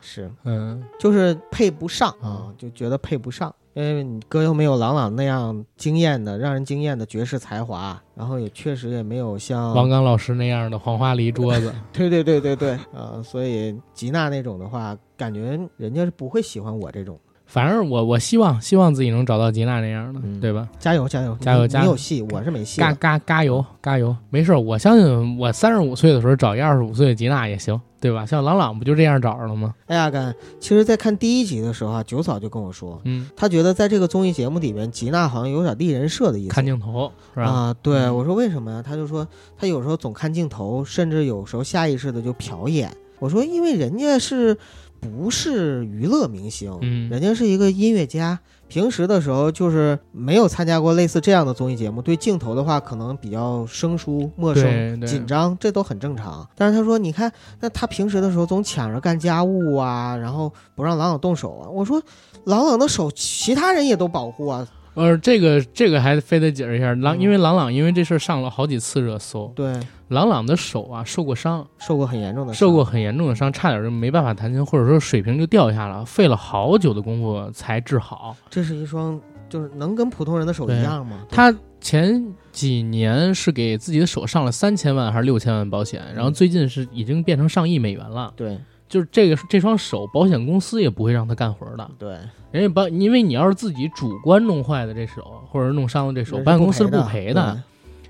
Speaker 2: 是，
Speaker 1: 嗯
Speaker 2: 就是配不上啊
Speaker 1: 嗯，
Speaker 2: 就觉得配不上，因为你哥又没有郎朗那样惊艳的、让人惊艳的爵士才华，然后也确实也没有像
Speaker 1: 王刚老师那样的黄花梨桌子，
Speaker 2: 对对对对对啊，所以吉娜那种的话，感觉人家是不会喜欢我这种。
Speaker 1: 反正我我希望希望自己能找到吉娜那样的，
Speaker 2: 嗯
Speaker 1: 对吧？
Speaker 2: 加油加油
Speaker 1: 加油
Speaker 2: 你
Speaker 1: 加
Speaker 2: 你
Speaker 1: 油
Speaker 2: 有戏，我是没戏
Speaker 1: 嘎
Speaker 2: 了。
Speaker 1: 嘎嘎油嘎油，没事儿，我相信我三十五岁的时候找一二十五岁的吉娜也行，对吧？像朗朗不就这样找着了吗？
Speaker 2: 哎呀干，其实，在看第一集的时候啊，九嫂就跟我说，
Speaker 1: 嗯，
Speaker 2: 她觉得在这个综艺节目里面，吉娜好像有点立人设的意思。
Speaker 1: 看镜头是吧？
Speaker 2: 啊，对，
Speaker 1: 嗯
Speaker 2: 我说为什么呀？他就说他有时候总看镜头，甚至有时候下意识的就瞟一眼。我说，因为人家是不是娱乐明星，
Speaker 1: 嗯
Speaker 2: 人家是一个音乐家，平时的时候就是没有参加过类似这样的综艺节目，对镜头的话可能比较生疏、陌生、
Speaker 1: 对对，
Speaker 2: 紧张，这都很正常。但是他说，你看，那他平时的时候总抢着干家务啊，然后不让朗朗动手啊。我说，朗朗的手，其他人也都保护啊，
Speaker 1: 呃，这个这个还非得解释一下，朗
Speaker 2: 嗯
Speaker 1: 因为朗朗因为这事儿上了好几次热搜，
Speaker 2: 对，
Speaker 1: 朗朗的手啊受过伤，
Speaker 2: 受过很严重的
Speaker 1: 受
Speaker 2: 伤
Speaker 1: 过很严重的伤，差点就没办法弹琴，或者说水平就掉下了，费了好久的功夫才治好。
Speaker 2: 这是一双就是能跟普通人的手一样吗？对
Speaker 1: 他前几年是给自己的手上了三千万还是六千万保险，然后最近是已经变成上亿美元了。
Speaker 2: 对
Speaker 1: 就是这个这双手，保险公司也不会让他干活的。
Speaker 2: 对，
Speaker 1: 人家保，因为你要是自己主观弄坏的这手，或者弄伤了这手，
Speaker 2: 人
Speaker 1: 保险
Speaker 2: 是不
Speaker 1: 公司是不
Speaker 2: 赔
Speaker 1: 赔的。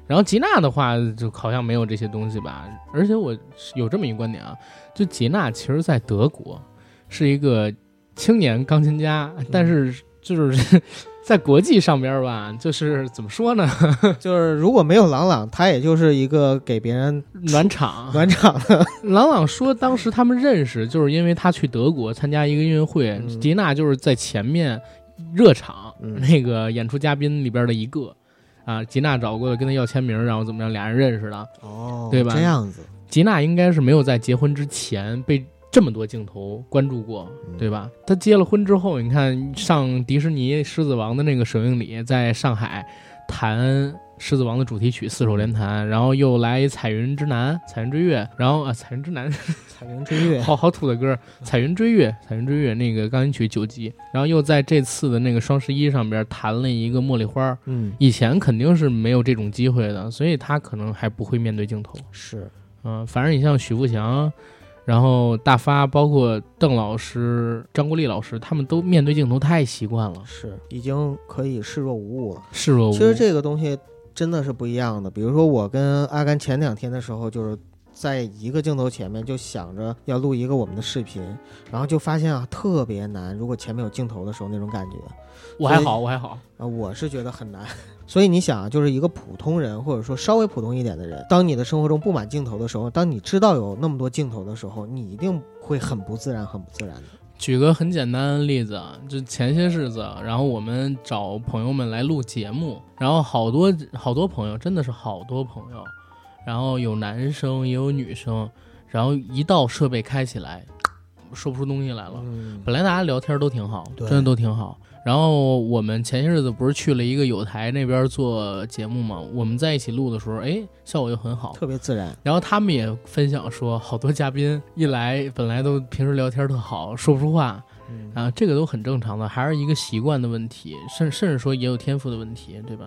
Speaker 1: 然后吉娜的话，就好像没有这些东西吧。而且我有这么一个观点啊，就吉娜其实在德国是一个青年钢琴家，但是就是 在国际上边儿吧，就是怎么说呢，
Speaker 2: 对。就是如果没有朗朗，他也就是一个给别人
Speaker 1: 暖场。
Speaker 2: 暖场的。
Speaker 1: 朗朗说，当时他们认识，就是因为他去德国参加一个音乐会，
Speaker 2: 嗯
Speaker 1: 迪娜就是在前面热场、
Speaker 2: 嗯
Speaker 1: 那个演出嘉宾里边的一个。啊，吉娜找过来跟他要签名，然后怎么样，俩人认识的。
Speaker 2: 哦
Speaker 1: 对吧
Speaker 2: 这样子，
Speaker 1: 吉娜应该是没有在结婚之前被这么多镜头关注过，
Speaker 2: 嗯
Speaker 1: 对吧？她结了婚之后，你看上迪士尼《狮子王》的那个首映礼，在上海弹《狮子王》的主题曲四手联弹，然后又来《彩云之南》《彩云追月》，然后啊，《彩云之南》
Speaker 2: 彩云追 月。
Speaker 1: 好好土的歌儿，《彩云追月》《彩云追月》那个钢琴曲九级，然后又在这次的那个双十一上边弹了一个茉莉花儿，
Speaker 2: 嗯，
Speaker 1: 以前肯定是没有这种机会的，所以他可能还不会面对镜头。
Speaker 2: 是
Speaker 1: 嗯、反正你像许富祥，然后大发，包括邓老师、张国立老师，他们都面对镜头太习惯了，
Speaker 2: 是，已经可以视若无物了。
Speaker 1: 视若无。
Speaker 2: 其实这个东西真的是不一样的。比如说我跟阿甘前两天的时候，就是。在一个镜头前面就想着要录一个我们的视频，然后就发现啊特别难。如果前面有镜头的时候那种感觉，
Speaker 1: 我还好，我还好。
Speaker 2: 啊，我是觉得很难。 所以你想啊，就是一个普通人，或者说稍微普通一点的人，当你的生活中布满镜头的时候，当你知道有那么多镜头的时候，你一定会很不自然，很不自然的。
Speaker 1: 举个很简单的例子，啊，就前些日子，啊然后我们找朋友们来录节目，然后好多好多朋友，真的是好多朋友，然后有男生也有女生，然后一到设备开起来，说不出东西来了。
Speaker 2: 嗯，
Speaker 1: 本来大家聊天都挺好，
Speaker 2: 对
Speaker 1: 真的都挺好。然后我们前些日子不是去了一个有台那边做节目嘛，我们在一起录的时候，哎，效果就很好。
Speaker 2: 特别自然。
Speaker 1: 然后他们也分享说，好多嘉宾一来，本来都平时聊天特好，说不出话，
Speaker 2: 嗯
Speaker 1: 啊，这个都很正常的，还是一个习惯的问题，甚甚至说也有天赋的问题，对吧？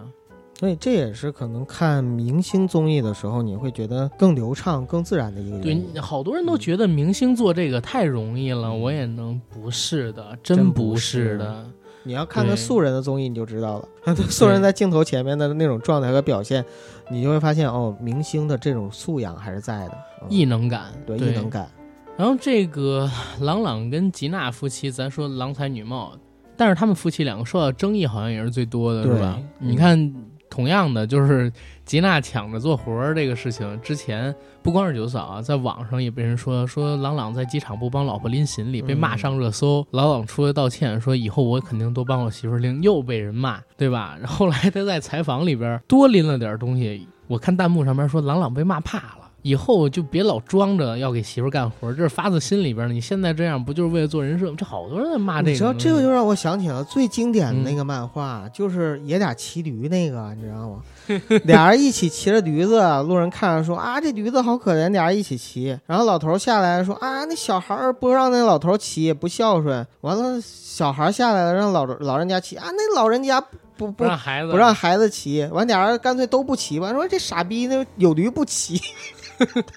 Speaker 2: 所以这也是可能看明星综艺的时候，你会觉得更流畅、更自然的一个
Speaker 1: 对
Speaker 2: 原因。，
Speaker 1: 好多人都觉得明星做这个太容易了，我也能，不是的，嗯真
Speaker 2: 真
Speaker 1: 不
Speaker 2: 不
Speaker 1: 是
Speaker 2: 是
Speaker 1: 的，嗯
Speaker 2: 你要看
Speaker 1: 对
Speaker 2: 看素人的综艺，你就知道了。 素人在镜头前面的那种状态和表现，你就会发现哦，明星的这种素养还是在的，嗯
Speaker 1: 异能感，
Speaker 2: 对异能感。
Speaker 1: 然后这个朗朗跟吉娜夫妻，咱说郎才女貌，但是他们夫妻两个受到争议好像也是最多的，
Speaker 2: 对
Speaker 1: 是吧？
Speaker 2: 嗯
Speaker 1: 你看，同样的就是吉娜抢着做活儿这个事情，之前不光是九嫂啊，在网上也被人说说郎朗在机场不帮老婆拎行李，被骂
Speaker 2: 嗯
Speaker 1: 上热搜。朗朗出来道歉，说以后我肯定多帮我媳妇儿拎，又被人骂，对吧？ 然后后来他在采访里边多拎了点东西，我看弹幕上面说郎朗被骂怕了。以后就别老装着要给媳妇儿干活，这是发自心里边的。你现在这样不就是为了做人设吗？这好多人在啊骂这个。
Speaker 2: 你知道这个就让我想起了最经典的那
Speaker 1: 嗯
Speaker 2: 个漫画，就是野俩骑驴那个，你知道吗？ 俩人一起骑着驴子，路人看着说啊，这驴子好可怜，俩人一起骑。然后老头下来说啊，那小孩儿不让那老头骑，不孝顺。完了，小孩下来了，让老老人家骑啊，那老人家不
Speaker 1: 不
Speaker 2: 不
Speaker 1: 让孩子
Speaker 2: 不让孩子骑。完，俩人干脆都不骑完，说这傻逼那有驴不骑，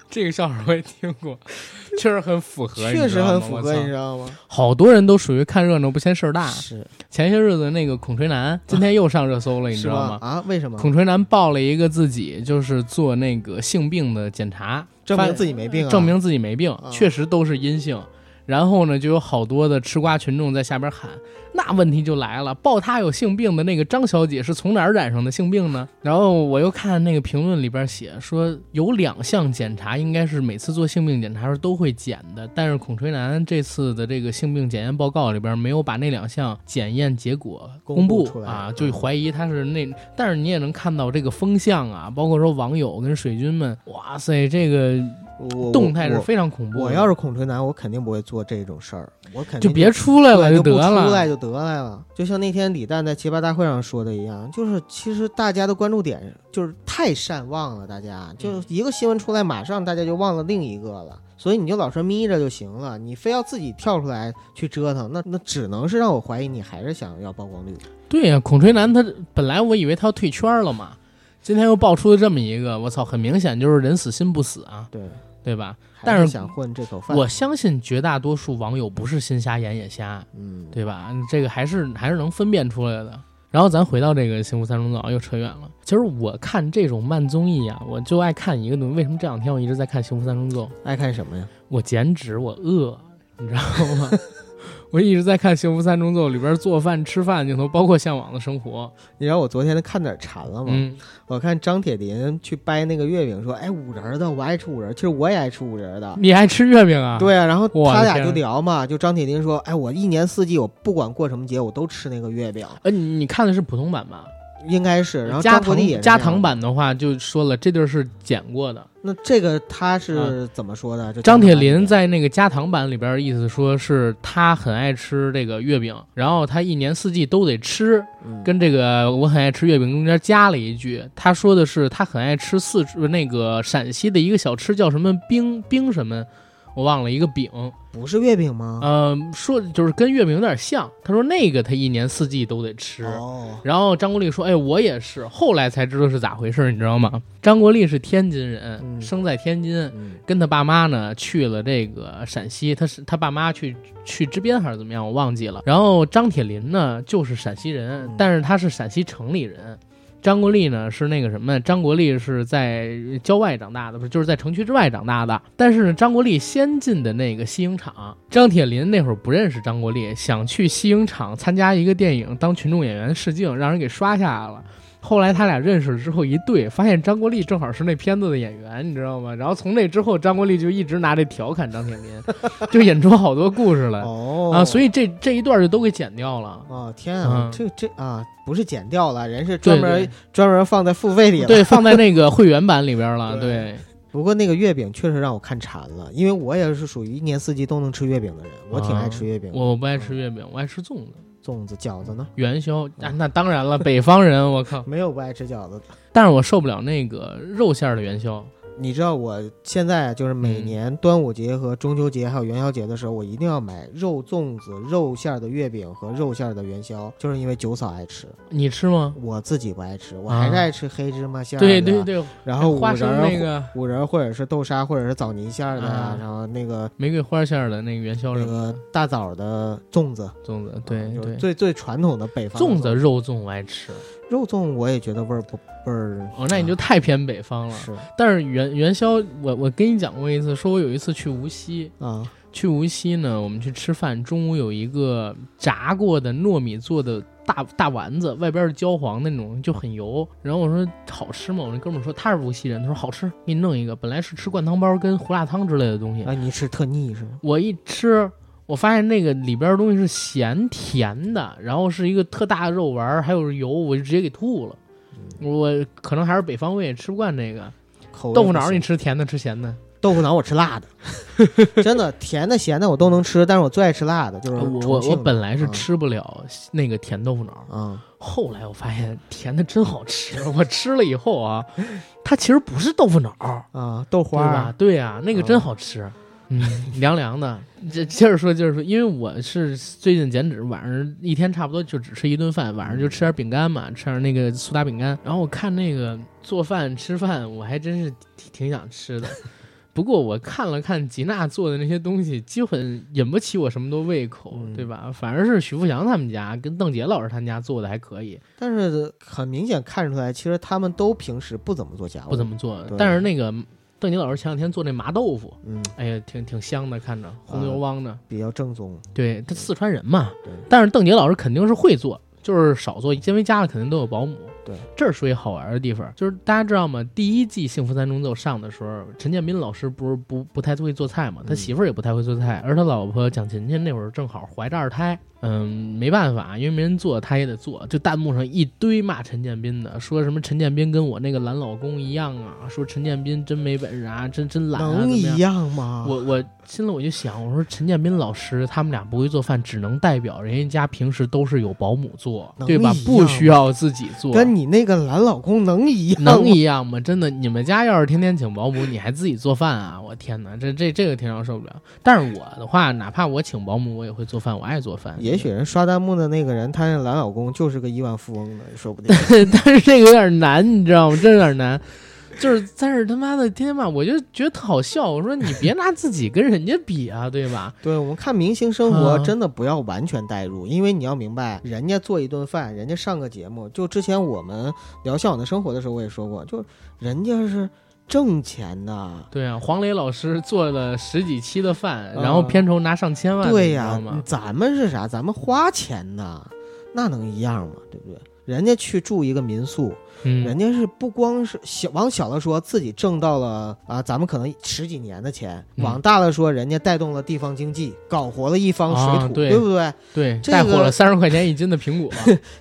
Speaker 1: 这个笑话我也听过， 确实很符合，
Speaker 2: 确实很符合，
Speaker 1: 你
Speaker 2: 你
Speaker 1: 知
Speaker 2: 知
Speaker 1: 道吗
Speaker 2: 道吗？
Speaker 1: 我操啊好多人都属于看热闹不嫌事儿大。
Speaker 2: 是啊
Speaker 1: 前些日子那个孔锤男今天又上热搜了，你知
Speaker 2: 是
Speaker 1: 道
Speaker 2: 吗
Speaker 1: 吗？？
Speaker 2: 啊，为什么？
Speaker 1: 孔锤男爆了一个自己就是做那个性病的检查，
Speaker 2: 证
Speaker 1: 发
Speaker 2: 明自己没病啊？
Speaker 1: 证明自己没病，
Speaker 2: 啊
Speaker 1: 确实都是阴性。然后呢，就有好多的吃瓜群众在下边喊，那问题就来了，报她有性病的那个张小姐是从哪儿染上的性病呢？然后我又看那个评论里边写说，有两项检查应该是每次做性病检查时候都会检的，但是孔锤男这次的这个性病检验报告里边没有把那两项检验结果公
Speaker 2: 公
Speaker 1: 布
Speaker 2: 布出来
Speaker 1: 啊，就怀疑他是那但是你也能看到这个风向啊，包括说网友跟水军们，哇塞，这个
Speaker 2: 我
Speaker 1: 动态
Speaker 2: 我
Speaker 1: 是非常恐怖的。
Speaker 2: 我要是孔锤男，我肯定不会做这种事儿，我肯定
Speaker 1: 嗯就别出来
Speaker 2: 出
Speaker 1: 了
Speaker 2: 就
Speaker 1: 得
Speaker 2: 不出
Speaker 1: 了，
Speaker 2: 来就得来了。就像那天李诞在结巴大会上说的一样，就是其实大家的关注点就是太善忘了，大家
Speaker 1: 嗯
Speaker 2: 就一个新闻出来，马上大家就忘了另一个了。所以你就老是眯着就行了，你非要自己跳出来去折腾，那那只能是让我怀疑你还是想要曝光率。
Speaker 1: 对呀、孔锤男他本来我以为他要退圈了嘛，今天又爆出了这么一个，我操，很明显就是人死心不死啊，
Speaker 2: 对，
Speaker 1: 对吧？但
Speaker 2: 还
Speaker 1: 是
Speaker 2: 想混这口饭。
Speaker 1: 我相信绝大多数网友不是心瞎眼也瞎，
Speaker 2: 嗯，
Speaker 1: 对吧？这个还是还是能分辨出来的。然后咱回到这个《幸福三重奏》，又扯远了。其实我看这种慢综艺啊，我就爱看一个东西。为什么这两天我一直在看《幸福三重奏》？
Speaker 2: 爱看什么呀？
Speaker 1: 我减脂，我饿，你知道吗？ 我一直在看《幸福三重奏》里边做饭、吃饭镜头，包括《向往的生活
Speaker 2: 你知道我昨天看哪儿馋了》。吗？
Speaker 1: 嗯，
Speaker 2: 我看张铁林去掰那个月饼，说：“哎，五仁儿的，我爱吃五仁儿。”其实我也爱吃五仁儿的。
Speaker 1: 你爱吃月饼啊？，
Speaker 2: 对啊，然后
Speaker 1: 我的
Speaker 2: 他俩
Speaker 1: 天
Speaker 2: 就聊嘛，就张铁林说：“哎，我一年四季，我不管过什么节，我都吃那个月饼，
Speaker 1: 呃，你你看的是普通版吧？
Speaker 2: 应该是。”然后
Speaker 1: 嗯加
Speaker 2: 张国
Speaker 1: 糖
Speaker 2: 立也是
Speaker 1: 加
Speaker 2: 这样
Speaker 1: 糖。版的话，就说了这地儿是剪过的。
Speaker 2: 那这个他是怎么说的？就
Speaker 1: 啊张铁
Speaker 2: 糖版
Speaker 1: 林
Speaker 2: 里
Speaker 1: 在那个加糖版里边，意思说是他很爱吃这个月饼，然后他一年四季都得吃，
Speaker 2: 嗯
Speaker 1: 跟这个我很爱吃月饼中间加了一句，他说的是他很爱吃四川那个陕西的一个小吃叫什么冰冰什么，我忘了一个饼，
Speaker 2: 不是月饼吗？
Speaker 1: 呃，说就是跟月饼有点像。他说那个他一年四季都得吃。
Speaker 2: 哦，
Speaker 1: 然后张国立说：“哎，我也是。”后来才知道是咋回事，你知道吗？张国立是天津人，
Speaker 2: 嗯
Speaker 1: 生在天津，
Speaker 2: 嗯，
Speaker 1: 跟他爸妈呢去了这个陕西，他是他爸妈去去支边还是怎么样，我忘记了。然后张铁林呢就是陕西人
Speaker 2: 嗯，
Speaker 1: 但是他是陕西城里人。张国立呢是那个什么，张国立是在郊外长大的，不是就是在城区之外长大的。但是呢，张国立先进的那个西影厂，张铁林那会儿不认识张国立，想去西影厂参加一个电影当群众演员试镜，让人给刷下来了。后来他俩认识了之后一对，发现张国立正好是那片子的演员，你知道吗？然后从那之后，张国立就一直拿这调侃张铁 林，就演出好多故事来、
Speaker 2: 哦
Speaker 1: 啊，所
Speaker 2: 以
Speaker 1: 以这这一段就都给剪掉了。
Speaker 2: 哦天啊
Speaker 1: 嗯，
Speaker 2: 这这啊不是剪掉了，人是
Speaker 1: 对
Speaker 2: 专门专门放在付费里
Speaker 1: 对
Speaker 2: 了。
Speaker 1: 对，放在那个会员版里边了。对
Speaker 2: 对，不过那个月饼确实让我看馋了，因为我也是属于一年四季都能吃月饼的人，我挺爱吃月饼的。
Speaker 1: 我不爱吃月饼，我爱吃粽子、
Speaker 2: 粽子、饺子呢？
Speaker 1: 元宵。啊、那当然了， 北方人，我靠！
Speaker 2: 没有不爱吃饺子的。
Speaker 1: 但是我受不了那个肉馅儿的元宵。
Speaker 2: 你知道我现在就是每
Speaker 1: 嗯
Speaker 2: 年端午节和中秋节还有元宵节的时候，我一定要买肉粽子、肉馅儿的月饼和肉馅儿的元宵，就是因为九嫂爱吃，
Speaker 1: 你吃吗？
Speaker 2: 我自己不爱吃，我
Speaker 1: 啊
Speaker 2: 还是爱吃黑芝麻馅儿的。
Speaker 1: 对对，对，
Speaker 2: 然后五
Speaker 1: 花
Speaker 2: 仁
Speaker 1: 生
Speaker 2: 儿
Speaker 1: 那个
Speaker 2: 或。五仁儿或者是豆沙或者是枣泥馅儿的呀、
Speaker 1: 啊
Speaker 2: 然后那个
Speaker 1: 玫瑰花馅儿的那个元宵
Speaker 2: 那
Speaker 1: 什么
Speaker 2: 个大枣的粽子，
Speaker 1: 粽子，对
Speaker 2: 就是
Speaker 1: 对。
Speaker 2: 嗯最最传统的北方的
Speaker 1: 粽子肉粽我爱吃，
Speaker 2: 肉粽我也觉得味儿不味儿。啊
Speaker 1: 哦，那你就太偏北方了。
Speaker 2: 是
Speaker 1: 但是元元宵，我我跟你讲过一次，说我有一次去无锡，
Speaker 2: 啊，
Speaker 1: 去无锡呢，我们去吃饭，中午有一个炸过的糯米做的大大丸子，外边是焦黄那种，就很油。然后我说好吃吗？我那哥们儿说他是无锡人，他说好吃，给你弄一个。本来是吃灌汤包跟胡辣汤之类的东西，
Speaker 2: 那哎你吃特腻是吗？
Speaker 1: 我一吃，我发现那个里边的东西是咸甜的，然后是一个特大的肉丸儿，还有油，我就直接给吐了。我可能还是北方胃，吃不惯这个。
Speaker 2: 口味
Speaker 1: 豆腐
Speaker 2: 不
Speaker 1: 脑儿
Speaker 2: 行
Speaker 1: 你吃甜的吃咸的？
Speaker 2: 豆腐脑我吃 辣的，真的甜的咸的我都能吃，但是我最爱吃辣的，就是
Speaker 1: 啊我
Speaker 2: 重
Speaker 1: 我
Speaker 2: 庆
Speaker 1: 我
Speaker 2: 的
Speaker 1: 本来是
Speaker 2: 嗯
Speaker 1: 吃不了那个甜豆腐脑儿，
Speaker 2: 啊、
Speaker 1: 后来我发现甜的真好吃， 我吃了以后啊，它其实不是豆腐脑儿，
Speaker 2: 啊，豆
Speaker 1: 对
Speaker 2: 花
Speaker 1: 吧
Speaker 2: 儿？
Speaker 1: 对啊，那个真
Speaker 2: 嗯
Speaker 1: 好吃。嗯， 凉凉的。这接着说，接着说，因为我是最近减脂，晚上一天差不多就只吃一顿饭，晚上
Speaker 2: 嗯
Speaker 1: 就吃点饼干嘛，吃点那个苏打饼干。然后我看那个做饭吃饭，我还真是挺挺想吃 的。不过我看了看吉娜做的那些东西，基本引不起我什么的胃口，
Speaker 2: 嗯
Speaker 1: 对吧？反而是许富祥他们家跟邓婕老师他们家做的还可以。
Speaker 2: 但是很明显看出来，其实他们都平时不怎么做家务，
Speaker 1: 不怎，么做
Speaker 2: 哦对。
Speaker 1: 但是那个邓婕老师前两天做那麻豆腐，
Speaker 2: 嗯，
Speaker 1: 哎呀，挺挺香的，看着红油汪的。
Speaker 2: 比较正宗。
Speaker 1: 嗯对，他四川人嘛
Speaker 2: 对。
Speaker 1: 但是邓婕老师肯定是会做，就是少做，因为家里肯定都有保姆。
Speaker 2: 对，
Speaker 1: 这儿说一好玩的地方，就是大家知道吗？第一季《幸福三重奏》上的时候，陈建斌老师不是不不太会做菜嘛，他
Speaker 2: 嗯
Speaker 1: 媳妇儿也不太会做菜，而他老婆蒋勤勤那会儿正好怀着二胎，嗯，没办法，因为没人做，他也得做。就弹幕上一堆骂陈建斌的，说什么陈建斌跟我那个懒老公一样啊，说陈建斌真没本事啊，真真懒啊，怎
Speaker 2: 能
Speaker 1: 么样
Speaker 2: 一？样吗？
Speaker 1: 我我心里我就想，我说陈建斌老师他们俩不会做饭，只能代表人家家平时都是有保姆做，
Speaker 2: 能
Speaker 1: 对吧
Speaker 2: 一样？
Speaker 1: 不需要自己做，
Speaker 2: 跟你那个懒老公能一样吗？
Speaker 1: 能一样吗？真的，你们家要是天天请保姆，你还自己做饭啊？我天哪，这这这个挺让我受不了。但是我的话，哪怕我请保姆，我也会做饭，我爱做饭。
Speaker 2: 也许人刷弹幕的那个人，他那懒老公就是个亿万富翁呢，也说不定。
Speaker 1: 但是这个有点难，你知道吗？真有点难。就是，但是他妈的天天骂，我就觉得特好笑。我说你别拿自己跟人家比啊，对吧？
Speaker 2: 对我们看明星生活，
Speaker 1: 嗯
Speaker 2: 真的不要完全代入，因为你要明白，人家做一顿饭，人家上个节目。就之前我们聊《向往的生活》的时候，我也说过，就人家是挣钱的。
Speaker 1: 对啊，黄磊老师做了十几期的饭，
Speaker 2: 嗯
Speaker 1: 然后片酬拿上千万，
Speaker 2: 对
Speaker 1: 你
Speaker 2: 呀、
Speaker 1: 知道吗？
Speaker 2: 咱们是啥？咱们花钱呐，那能一样吗？对不对？人家去住一个民宿，人
Speaker 1: 嗯，
Speaker 2: 家是不光是小往小了说自己挣到了啊，咱们可能十几年的钱；
Speaker 1: 嗯
Speaker 2: 往大了说，人家带动了地方经济，搞活了一方水
Speaker 1: 啊
Speaker 2: 土，
Speaker 1: 对
Speaker 2: 不对？
Speaker 1: 对，
Speaker 2: 这
Speaker 1: 带火
Speaker 2: 个
Speaker 1: 了三十块钱一斤的苹 果，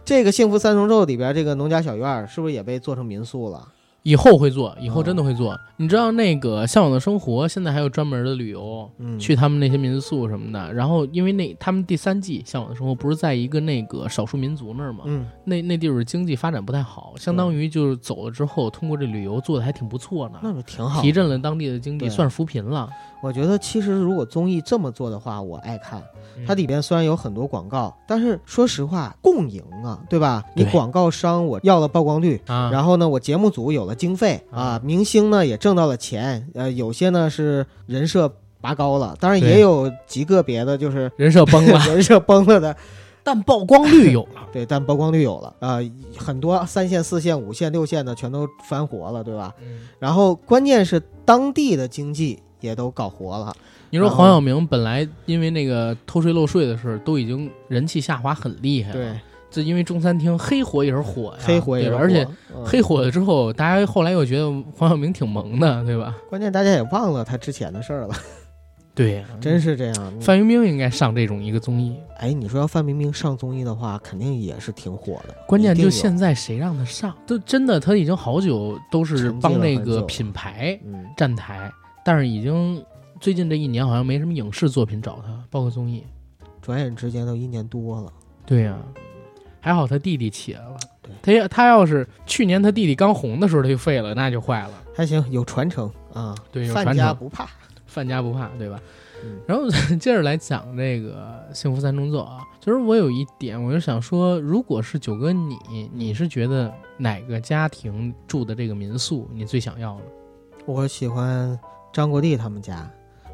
Speaker 2: 这个《幸福三重奏》里边这个农家小院儿是不是也被做成民宿了？
Speaker 1: 以后会做，以后
Speaker 2: 嗯
Speaker 1: 真的会做。你知道那个《向往的生活》现在还有专门的旅游，
Speaker 2: 嗯，
Speaker 1: 去他们那些民宿什么的。然后因为那他们第三季《向往的生活》不是在一个那个少数民族那儿嘛，
Speaker 2: 嗯，
Speaker 1: 那那地方经济发展不太好，相当于就是走了之后，通过这旅游做的还挺不错
Speaker 2: 那
Speaker 1: 呢，
Speaker 2: 就挺嗯好
Speaker 1: 提。振了当地的经济，
Speaker 2: 对
Speaker 1: 算是扶贫了。
Speaker 2: 我觉得其实如果综艺这么做的话，我爱看。
Speaker 1: 嗯
Speaker 2: 它里边虽然有很多广告，但是说实话，共赢啊，对吧？你
Speaker 1: 对
Speaker 2: 广告商我要了曝光率，
Speaker 1: 嗯啊，
Speaker 2: 然后呢，我节目组有了经费啊，明星呢也挣到了钱，呃，有些呢是人设拔高了，当然
Speaker 1: 对
Speaker 2: 也有极个别的就是
Speaker 1: 人设崩了，
Speaker 2: 人设崩了的，
Speaker 1: 但曝光率有了。
Speaker 2: 对，但曝光率有了啊、呃很多三线、四线、五线、六线的全都翻活了，对吧？
Speaker 1: 嗯
Speaker 2: 然后关键是当地的经济也都搞活了，
Speaker 1: 你说
Speaker 2: 然后
Speaker 1: 黄晓明本来因为那个偷税漏税的事儿，都已经人气下滑很厉害了。，
Speaker 2: 对，
Speaker 1: 这因为中餐厅黑火也是火呀，
Speaker 2: 黑火也
Speaker 1: 哎啊对吧
Speaker 2: 是火，
Speaker 1: 而且
Speaker 2: 嗯
Speaker 1: 黑火了之后，大家后来又觉得黄晓明挺萌的，对吧？
Speaker 2: 关键大家也忘了他之前的事儿了，
Speaker 1: 对呀、
Speaker 2: 真是这样。
Speaker 1: 嗯
Speaker 2: 嗯
Speaker 1: 范冰冰应该上这种一个综艺，
Speaker 2: 哎，你说要范冰冰上综艺的话，肯定也是挺火的，
Speaker 1: 关键
Speaker 2: 一定
Speaker 1: 就
Speaker 2: 有
Speaker 1: 现在谁让她上？都真的，她已经好久都是帮那
Speaker 2: 沉寂了很
Speaker 1: 个
Speaker 2: 久
Speaker 1: 品牌
Speaker 2: 嗯。
Speaker 1: 站台，但是已经最近这一年好像没什么影视作品找她，包括综艺。
Speaker 2: 转眼之间都一年多了。
Speaker 1: 对呀、还好她弟弟起来了
Speaker 2: 对。
Speaker 1: 她要她要是去年她弟弟刚红的时候她就废了，那就坏了。
Speaker 2: 还行，有传承啊，
Speaker 1: 对有
Speaker 2: 范
Speaker 1: 传
Speaker 2: 家
Speaker 1: 承
Speaker 2: 不怕。
Speaker 1: 范家不怕，对吧？
Speaker 2: 嗯
Speaker 1: 然后 接着来讲这个《幸福三重奏》啊，就是我有一点，我就想说，如果是九哥你，你是觉得哪个家庭住的这个民宿你最想要的？
Speaker 2: 我喜欢张国立他们家，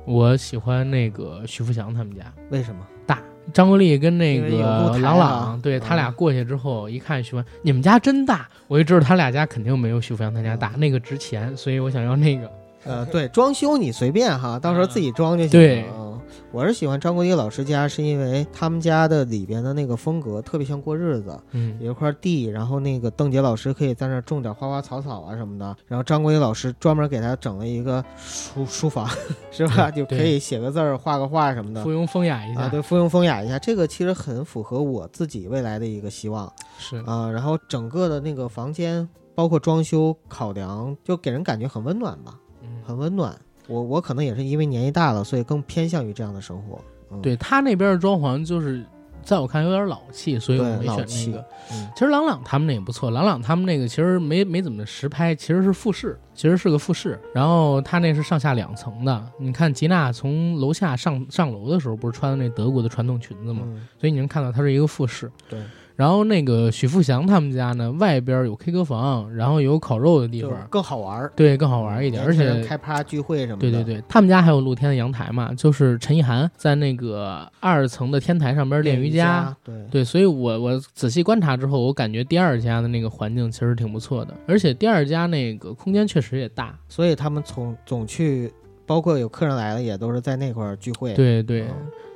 Speaker 1: 我喜欢那个徐富祥他们家
Speaker 2: 为什么？
Speaker 1: 大。张国立跟那
Speaker 2: 因为有露
Speaker 1: 个
Speaker 2: 台啊
Speaker 1: 郎朗，对
Speaker 2: 嗯
Speaker 1: 他俩过去之后，一看徐富祥，你们家真大，我就知道他俩家肯定没有徐富祥他家
Speaker 2: 嗯
Speaker 1: 大，那个值钱，所以我想要那个。
Speaker 2: 呃，对，装修你随便哈，到时候自己装就行。
Speaker 1: 对
Speaker 2: 嗯我是喜欢张国立老师家，是因为他们家的里边的那个风格特别像过日子，
Speaker 1: 嗯，
Speaker 2: 有一块地，然后那个邓婕老师可以在那儿种点花花草草啊什么的，然后张国立老师专门给他整了一个书书房， 是吧？
Speaker 1: 对
Speaker 2: 就可以写个字儿、画个画什么的
Speaker 1: 附。庸风雅一
Speaker 2: 啊，
Speaker 1: 下，
Speaker 2: 对，附庸风雅一下，这个其实很符合我自己未来的一个希望。啊
Speaker 1: 是
Speaker 2: 啊、然后整个的那个房间包括装修考量，就给人感觉很温暖吧，
Speaker 1: 嗯
Speaker 2: 很温暖。我我可能也是因为年纪大了，所以更偏向于这样的生活。嗯、
Speaker 1: 对他那边的装潢，就是在我看有点老气，所以我
Speaker 2: 对
Speaker 1: 没
Speaker 2: 老
Speaker 1: 选
Speaker 2: 气
Speaker 1: 那个。
Speaker 2: 嗯
Speaker 1: 其实朗朗他们那也不错，朗朗他们那个其实没没怎么实拍，其实是复式，其实是个复式。然后他那是上下两层的，你看吉娜从楼下上上楼的时候，不是穿的那德国的传统裙子吗？
Speaker 2: 嗯，
Speaker 1: 所以你能看到它是一个复式。
Speaker 2: 对。
Speaker 1: 然后那个许富祥他们家呢，外边有 K 歌房，然后有烤肉的地
Speaker 2: 就
Speaker 1: 方，
Speaker 2: 更好玩儿
Speaker 1: 对，更好玩一点，而
Speaker 2: 年轻人
Speaker 1: 且
Speaker 2: 开趴聚会什么的，
Speaker 1: 对对对，他们家还有露天的阳台嘛，就是陈意涵在那个二层的天台上边
Speaker 2: 练
Speaker 1: 练瑜
Speaker 2: 伽
Speaker 1: 伽。，
Speaker 2: 对，
Speaker 1: 对，所以我我仔细观察之后，我感觉第二家的那个环境其实挺不错的，而且第二家那个空间确实也大。
Speaker 2: 所以他们总总去，包括有客人来了，也都是在那块儿聚会。
Speaker 1: 对对，
Speaker 2: 嗯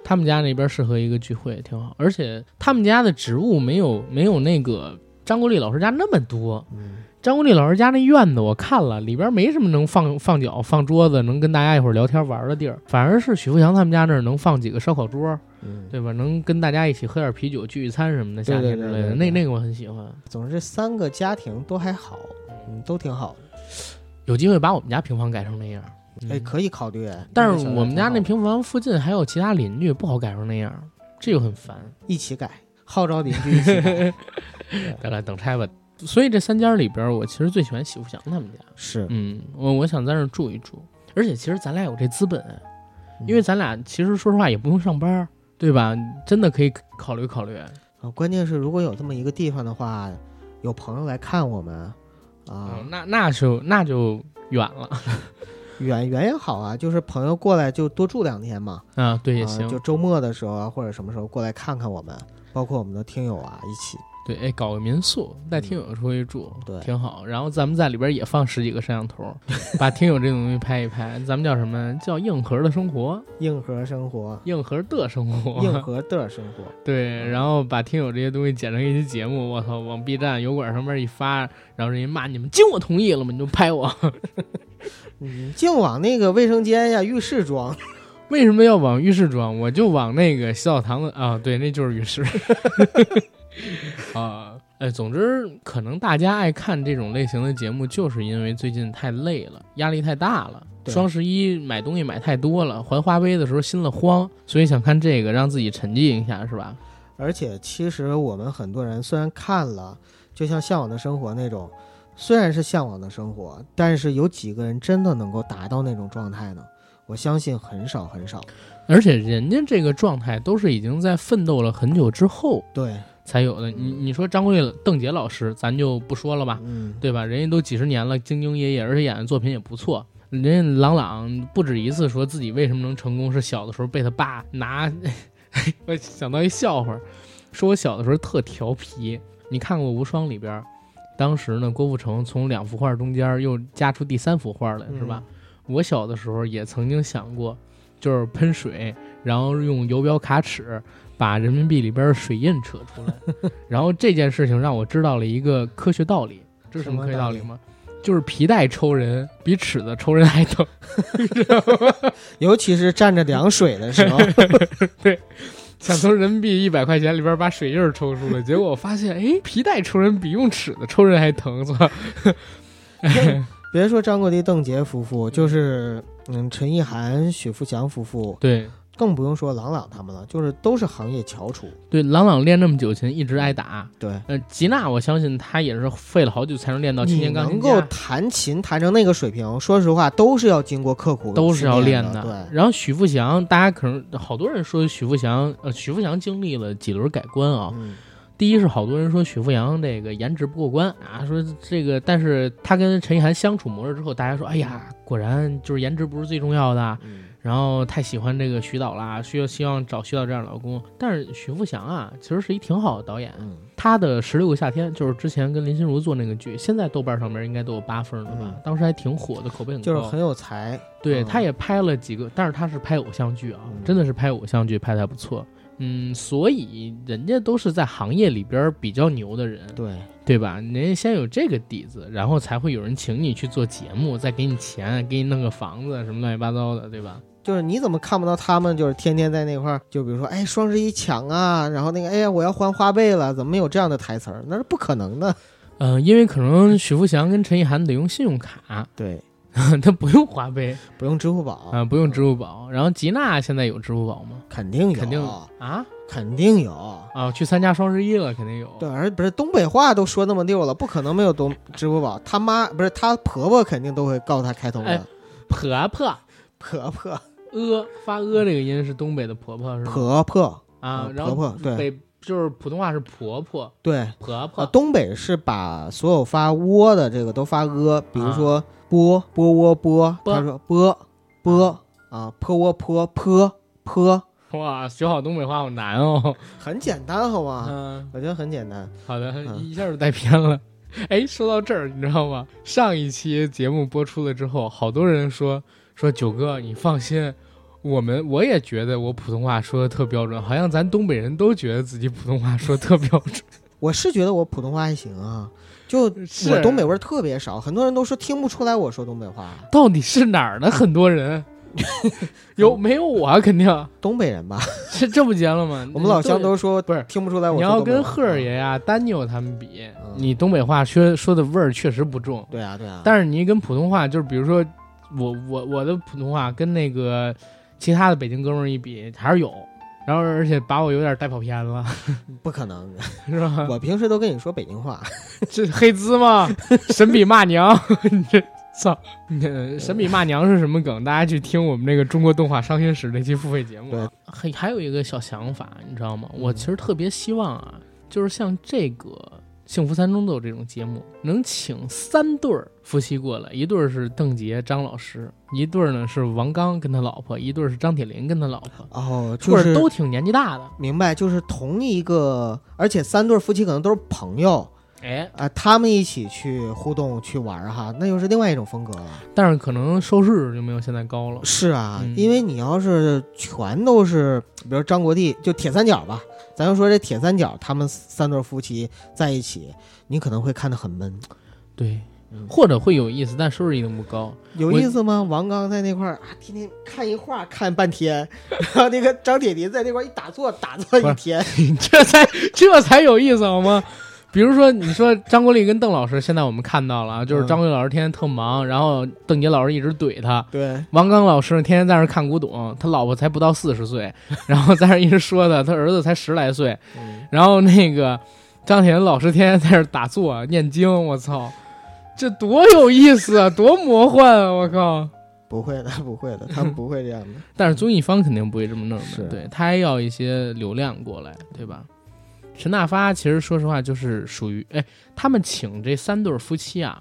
Speaker 1: 他们家那边适合一个聚会，挺好。而且他们家的植物没有没有那个张国立老师家那么多。
Speaker 2: 嗯，
Speaker 1: 张国立老师家那院子我看了，里边没什么能放放脚、放桌子，能跟大家一会儿聊天玩的地儿，反而是许富祥他们家那儿能放几个烧烤桌，
Speaker 2: 嗯，
Speaker 1: 对吧？能跟大家一起喝点啤酒聚聚餐什么的，夏天之类的，
Speaker 2: 对对对对
Speaker 1: 那
Speaker 2: 对
Speaker 1: 那个我很喜欢。
Speaker 2: 总之三个家庭都还好，嗯，都挺好。
Speaker 1: 有机会把我们家平房改成那样，
Speaker 2: 哎，
Speaker 1: 嗯
Speaker 2: 可以考虑。
Speaker 1: 但
Speaker 2: 那个
Speaker 1: 是
Speaker 2: 想法
Speaker 1: 我们家那
Speaker 2: 挺好
Speaker 1: 平房附近还有其他邻居，不好改成那样，这就很烦。
Speaker 2: 一起改，号召邻居一 起改。
Speaker 1: 哎咱俩等拆吧。所以这三家里边，我其实最喜欢许富祥他们家。
Speaker 2: 是，
Speaker 1: 嗯，我我想在那儿住一住，而且其实咱俩有这资本，因为咱俩其实说实话也不用上班，对吧？真的可以考虑考虑。
Speaker 2: 呃关键是如果有这么一个地方的话，有朋友来看我们啊
Speaker 1: 嗯，，那那就那就远了
Speaker 2: 远远也好啊，就是朋友过来就多住两天嘛，
Speaker 1: 啊，对也
Speaker 2: 啊
Speaker 1: 行。
Speaker 2: 就周末的时候啊，或者什么时候过来看看我们，包括我们的听友啊，一起。
Speaker 1: 对，哎，搞个民宿，带听友出去住，
Speaker 2: 嗯对
Speaker 1: 挺好。然后咱们在里边也放十几个摄像 头，把听友这种东西拍一拍。咱们叫什么？叫硬核的生活，
Speaker 2: 硬核生活，
Speaker 1: 硬核的生活，
Speaker 2: 硬核的生活，
Speaker 1: 对。然后把听友这些东西剪成一期节目，我操，往 B 站油管上面一发，然后人家骂你们，经我同意了吗？你就拍我，
Speaker 2: 你嗯净往那个卫生间呀、浴室装，
Speaker 1: 为什么要往浴室装？我就往那个洗澡堂子啊，对，那就是浴室。 啊，哎，总之，可能大家爱看这种类型的节目，就是因为最近太累了，压力太大了。
Speaker 2: 对
Speaker 1: 双十一买东西买太多了，还花呗的时候心了慌，所以想看这个让自己沉浸一下，是吧？
Speaker 2: 而且，其实我们很多人虽然看了，就像《向往的生活》那种，虽然是向往的生活，但是有几个人真的能够达到那种状态呢？我相信很少很少。
Speaker 1: 而且人家这个状态都是已经在奋斗了很久之后
Speaker 2: 对，
Speaker 1: 才有的。你你说张国立、邓婕老师，咱就不说了吧，
Speaker 2: 嗯，
Speaker 1: 对吧？人家都几十年了，兢兢业业，而且演的作品也不错。人家郎朗不止一次说自己为什么能成功，是小的时候被他爸拿。 我想到一笑话，说我小的时候特调皮。你看过《无双》里边，当时呢，郭富城从两幅画中间又加出第三幅画来，是吧？我小的时候也曾经想过，就是喷水，然后用游标卡尺把人民币里边的水印扯出 来，然后这件事情让我知道了一个科学道理，这 是什么科学道理吗？就是皮带抽人比尺子抽人还 疼，
Speaker 2: 尤其是蘸着凉水 的时候，
Speaker 1: 想从人民币一百块钱里边把水印儿抽出来，结果我发 现，哎，皮带抽人比用尺子抽人还疼，是吧？
Speaker 2: 别说张国立、邓婕夫妇，就是嗯陈意涵、许富祥夫妇，
Speaker 1: 对
Speaker 2: 更不用说郎朗他们了，就是都是行业翘楚。
Speaker 1: 对，朗朗练那么久琴，一直挨打。
Speaker 2: 对，
Speaker 1: 呃，吉娜，我相信她也是费了好久才能练到青
Speaker 2: 你
Speaker 1: 年钢
Speaker 2: 能
Speaker 1: 琴
Speaker 2: 够
Speaker 1: 家，
Speaker 2: 弹琴弹成那个水平，说实话，都是要经过刻苦，
Speaker 1: 都是要
Speaker 2: 练
Speaker 1: 练
Speaker 2: 对。
Speaker 1: 然后许富祥，大家可能好多人说许富祥，呃，许富祥经历了几轮改观啊。
Speaker 2: 嗯，
Speaker 1: 第一是好多人说许富阳这个颜值不过关啊，说这个，但是他跟陈意涵相处模式之后，大家说，哎呀，果然就是颜值不是最重要的，
Speaker 2: 嗯
Speaker 1: 然后太喜欢这个徐导啦，需要希望找徐导这样的老公。但是许富祥啊，其实是一挺好的导演，
Speaker 2: 嗯
Speaker 1: 他的《十六个夏天》就是之前跟林心如做那个剧，现在豆瓣上面应该都有八分了吧，
Speaker 2: 嗯
Speaker 1: 当时还挺火的，口碑很高。
Speaker 2: 就是很有才，
Speaker 1: 对，
Speaker 2: 嗯
Speaker 1: 他也拍了几个，但是他是拍偶像剧啊，
Speaker 2: 嗯
Speaker 1: 真的是拍偶像剧拍的还不错。嗯，所以人家都是在行业里边比较牛的人，
Speaker 2: 对，
Speaker 1: 对吧？人家先有这个底子，然后才会有人请你去做节目，再给你钱，给你弄个房子，什么乱七八糟的，对吧？
Speaker 2: 就是你怎么看不到他们？就是天天在那块儿，就比如说，哎，双十一抢啊，然后那个，哎呀，我要还花呗了，怎么有这样的台词儿？那是不可能的。
Speaker 1: 呃，因为可能许富祥跟陈意涵得用信用卡，
Speaker 2: 对，
Speaker 1: 他不用花呗
Speaker 2: 不用支付宝
Speaker 1: 啊、不用支付宝。然后吉娜现在有支付宝吗？
Speaker 2: 肯定有，
Speaker 1: 肯定啊
Speaker 2: 肯定有。
Speaker 1: 啊，去参加双十一了，肯定有。
Speaker 2: 对，而不是东北话都说那么溜了，不可能没有东支付宝。他妈不是她婆婆肯定都会告诉她开头的，
Speaker 1: 哎婆婆，
Speaker 2: 婆婆
Speaker 1: 呃，发呃这个音是东北的婆婆是吗？
Speaker 2: 婆婆
Speaker 1: 啊，然后
Speaker 2: 婆婆对
Speaker 1: 北就是普通话是婆婆
Speaker 2: 对。
Speaker 1: 婆
Speaker 2: 呃，
Speaker 1: 婆
Speaker 2: 东北是把所有发窝的这个都发呃，比如说波波窝波，
Speaker 1: 波
Speaker 2: 他说波波啊，坡窝坡坡坡，
Speaker 1: 哇，学好东北话好难哦。
Speaker 2: 很简单好吗？
Speaker 1: 嗯，
Speaker 2: 我觉得很简单。
Speaker 1: 好的，
Speaker 2: 啊嗯
Speaker 1: 一下就带偏了。哎，说到这儿，你知道吗？上一期节目播出了之后，好多人说说九哥，你放心，我们我也觉得我普通话说的特标准，好像咱东北人都觉得自己普通话说得特标准。
Speaker 2: 我是觉得我普通话还行啊，就是我东北味儿特别少，很多人都说听不出来我说东北话，
Speaker 1: 到底是哪儿的很多人？ 有没有我、啊、肯定
Speaker 2: 东北人吧。
Speaker 1: 这这不结了吗？
Speaker 2: 我们老乡都说
Speaker 1: 不是
Speaker 2: 听嗯不出来我
Speaker 1: 你
Speaker 2: 说
Speaker 1: 要
Speaker 2: 东北
Speaker 1: 跟
Speaker 2: 话啊
Speaker 1: 赫儿爷呀、丹尼尔他们比，
Speaker 2: 嗯
Speaker 1: 你东北话说说的味儿确实不重，
Speaker 2: 对啊对啊，
Speaker 1: 但是你跟普通话，就是比如说我我我的普通话跟那个其他的北京哥们儿一比，还是有。然后，而且把我有点带跑偏了，
Speaker 2: 不可 能，
Speaker 1: 是吧？
Speaker 2: 我平时都跟你说北京话，
Speaker 1: 这黑资 吗？神笔骂娘，你这操！呃神笔骂娘是什么梗？大家去听我们那个《中国动画伤心史》那期付费节目、啊。嗯还还有一个小想法，你知道吗？我其实特别希望啊，就是像这个《幸福三重奏》这种节目，能请三对儿夫妻过来，一对儿是邓婕张老师，一对儿呢是王刚跟他老婆，一对儿是张铁林跟他老婆，
Speaker 2: 哦，
Speaker 1: 或
Speaker 2: 就
Speaker 1: 者
Speaker 2: 是
Speaker 1: 都挺年纪大的。
Speaker 2: 明白，就是同一个，而且三对夫妻可能都是朋友
Speaker 1: 哎，
Speaker 2: 啊、他们一起去互动去玩儿哈，那又是另外一种风格了。
Speaker 1: 但是可能收视就没有现在高了。
Speaker 2: 是啊，
Speaker 1: 嗯
Speaker 2: 因为你要是全都是，比如张国立就铁三角吧，咱就说这铁三角，他们三对夫妻在一起，你可能会看得很闷。
Speaker 1: 对
Speaker 2: 嗯，
Speaker 1: 或者会有意思，但收视一定不高。
Speaker 2: 有
Speaker 1: 我
Speaker 2: 意思吗？王刚在那块儿啊，天天看一画看半天， 然后那个张铁林在那块儿一打坐打坐一天，
Speaker 1: 这才这才有意思好吗？比如说，你说张国立跟邓老师，现在我们看到了啊，就是
Speaker 2: 嗯
Speaker 1: 张国立老师天天特忙，然后邓婕老师一直怼他，
Speaker 2: 对，
Speaker 1: 王刚老师天天在那儿看古董，他老婆才不到四十 岁，然后在那儿一直说他，他儿子才十来岁，
Speaker 2: 嗯
Speaker 1: 然后那个张铁林老师天天在那儿打坐念经，我操，这多有意思啊，多魔幻啊，我靠！
Speaker 2: 不会的，不会的，他们不会这样的。
Speaker 1: 但是综艺方肯定不会这么弄的
Speaker 2: 是，
Speaker 1: 对他还要一些流量过来，对吧？陈大发其实说实话就是属于，哎，他们请这三对儿夫妻啊，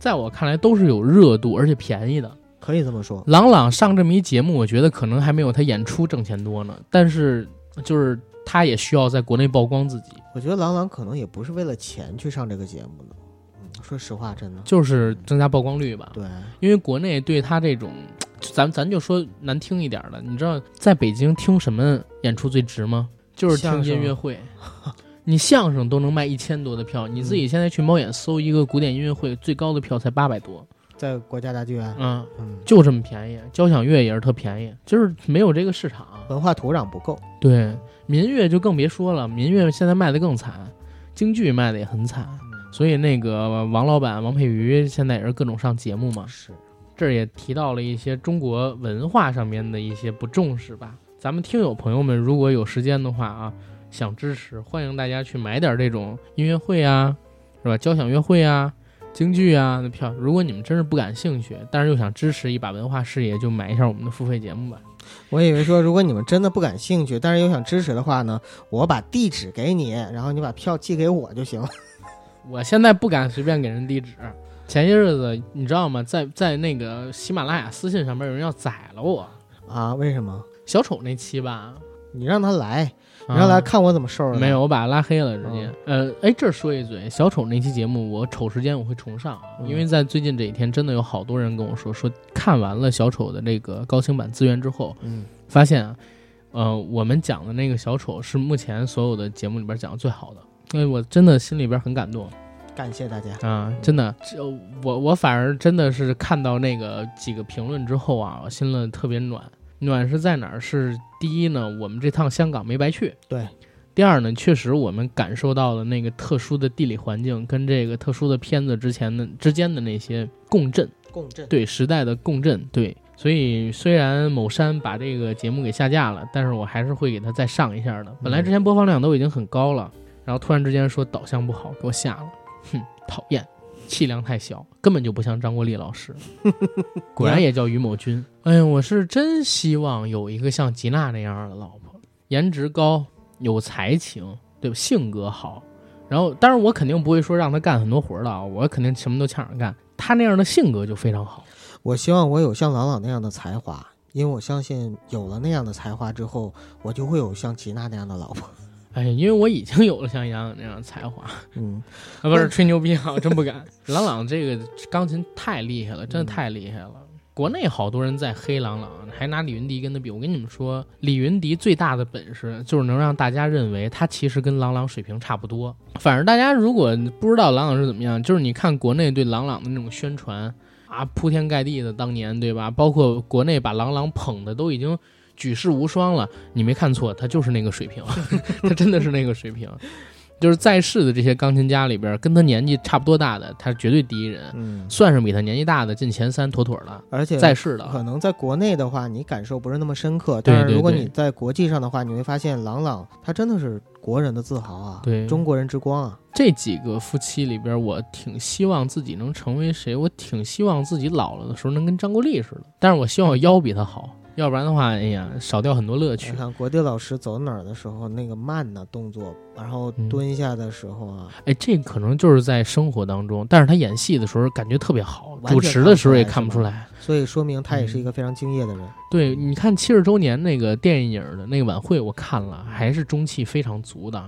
Speaker 1: 在我看来都是有热度而且便宜的。
Speaker 2: 可以这么说，
Speaker 1: 朗朗上这么一节目，我觉得可能还没有他演出挣钱多呢，但是就是他也需要在国内曝光自己，
Speaker 2: 我觉得郎朗可能也不是为了钱去上这个节目的，嗯，说实话，真的，
Speaker 1: 就是增加曝光率吧。
Speaker 2: 对，
Speaker 1: 因为国内对他这种，咱咱就说难听一点儿的，你知道在北京听什么演出最值吗？就是听
Speaker 2: 相声
Speaker 1: 音乐会。 你相声都能卖一千多的票，你自己现在去猫眼搜一个古典音乐会，最高的票才八百多，
Speaker 2: 在国家大剧院，
Speaker 1: 嗯，
Speaker 2: 嗯，
Speaker 1: 就这么便宜。交响乐也是特便宜，就是没有这个市场。
Speaker 2: 文化土壤不够，
Speaker 1: 对，民乐就更别说了，民乐现在卖的更惨，京剧卖的也很惨。
Speaker 2: 嗯
Speaker 1: 所以那个王老板王佩瑜现在也是各种上节目嘛，
Speaker 2: 是，
Speaker 1: 这儿也提到了一些中国文化上面的一些不重视吧。咱们听友朋友们，如果有时间的话啊，想支持，欢迎大家去买点这种音乐会啊，是吧？交响乐会啊、京剧啊的票。如果你们真是不感兴趣，但是又想支持一把文化事业，就买一下我们的付费节目吧。
Speaker 2: 我以为说，如果你们真的不感兴趣，但是又想支持的话呢，我把地址给你，然后你把票寄给我就行了。
Speaker 1: 我现在不敢随便给人地址。前些日子你知道吗？在在那个喜马拉雅私信上面有人要宰了我，
Speaker 2: 啊？为什么？
Speaker 1: 小丑那期吧，
Speaker 2: 你让他来，你
Speaker 1: 啊
Speaker 2: 让他看我怎么收拾他。
Speaker 1: 没有，我把他拉黑了，直接。呃，哎，这儿说一嘴，小丑那期节目，我瞅时间我会重上啊，
Speaker 2: 嗯
Speaker 1: 因为在最近这几天，真的有好多人跟我说，说看完了小丑的这个高清版资源之后，
Speaker 2: 嗯，
Speaker 1: 发现啊，呃，我们讲的那个小丑是目前所有的节目里边讲的最好的，因为我真的心里边很感动
Speaker 2: 感谢大家。
Speaker 1: 啊，真的，这我我反而真的是看到那个几个评论之后啊，我心里特别暖。暖是在哪儿？是第一呢，我们这趟香港没白去。
Speaker 2: 对。
Speaker 1: 第二呢，确实我们感受到了那个特殊的地理环境跟这个特殊的片子之前的之间的那些共振，
Speaker 2: 共振。
Speaker 1: 对时代的共振，对。所以虽然某山把这个节目给下架了，但是我还是会给它再上一下的。本来之前播放量都已经很高了，然后突然之间说导向不好，给我下了，哼，讨厌，气量太小，根本就不像张国立老 师。果然也叫于某君。哎呀，我是真希望有一个像吉娜那样的老婆，颜值高，有才情，对吧？性格好，然后当然我肯定不会说让她干很多活儿的啊，我肯定什么都抢着干。她那样的性格就非常好。
Speaker 2: 我希望我有像朗朗那样的才华，因为我相信有了那样的才华之后，我就会有像吉娜那样的老婆。
Speaker 1: 哎，因为我已经有了像杨洋那样的才华，啊，
Speaker 2: 嗯，
Speaker 1: 不是吹牛逼啊，我真不敢。嗯郎朗这个钢琴太厉害了，真的太厉害了。国内好多人在黑郎朗，还拿李云迪跟他比。我跟你们说，李云迪最大的本事就是能让大家认为他其实跟郎朗水平差不多。反正大家如果不知道郎朗是怎么样，就是你看国内对郎朗的那种宣传啊，铺天盖地的，当年对吧？包括国内把郎朗捧的都已经举世无双了，你没看错，他就是那个 水平。他真的是那个水平。就是在世的这些钢琴家里边，跟他年纪差不多大的，他绝对第一人，
Speaker 2: 嗯，
Speaker 1: 算是比他年纪大的进前三妥妥的。
Speaker 2: 而且
Speaker 1: 在世的，
Speaker 2: 可能在国内的话，你感受不是那么深刻，
Speaker 1: 啊对
Speaker 2: 但是如果
Speaker 1: 对对
Speaker 2: 你在国际上的话，你会发现朗朗他真的是国人的自豪啊，
Speaker 1: 对
Speaker 2: 中国人之光啊，
Speaker 1: 这几个夫妻里边，我挺希望自己能成为谁，我挺希望自己老了的时候能跟张国立似的，但是我希望我腰比他好，要不然的话，哎呀，少掉很多乐
Speaker 2: 你
Speaker 1: 趣。
Speaker 2: 看国帝老师走哪儿的时候，那个慢呐动作，然后
Speaker 1: 嗯
Speaker 2: 蹲下的时候啊，
Speaker 1: 哎，这可能就是在生活当中，但是他演戏的时候感觉特别好，
Speaker 2: 完全
Speaker 1: 主持的时候也
Speaker 2: 看
Speaker 1: 看
Speaker 2: 不
Speaker 1: 不
Speaker 2: 出
Speaker 1: 出
Speaker 2: 来
Speaker 1: 来。
Speaker 2: 所以说明他也
Speaker 1: 嗯
Speaker 2: 是一个非常敬业的人。
Speaker 1: 对，你看七十周年那个电影的那个晚会，我看了，还是中气非常足的，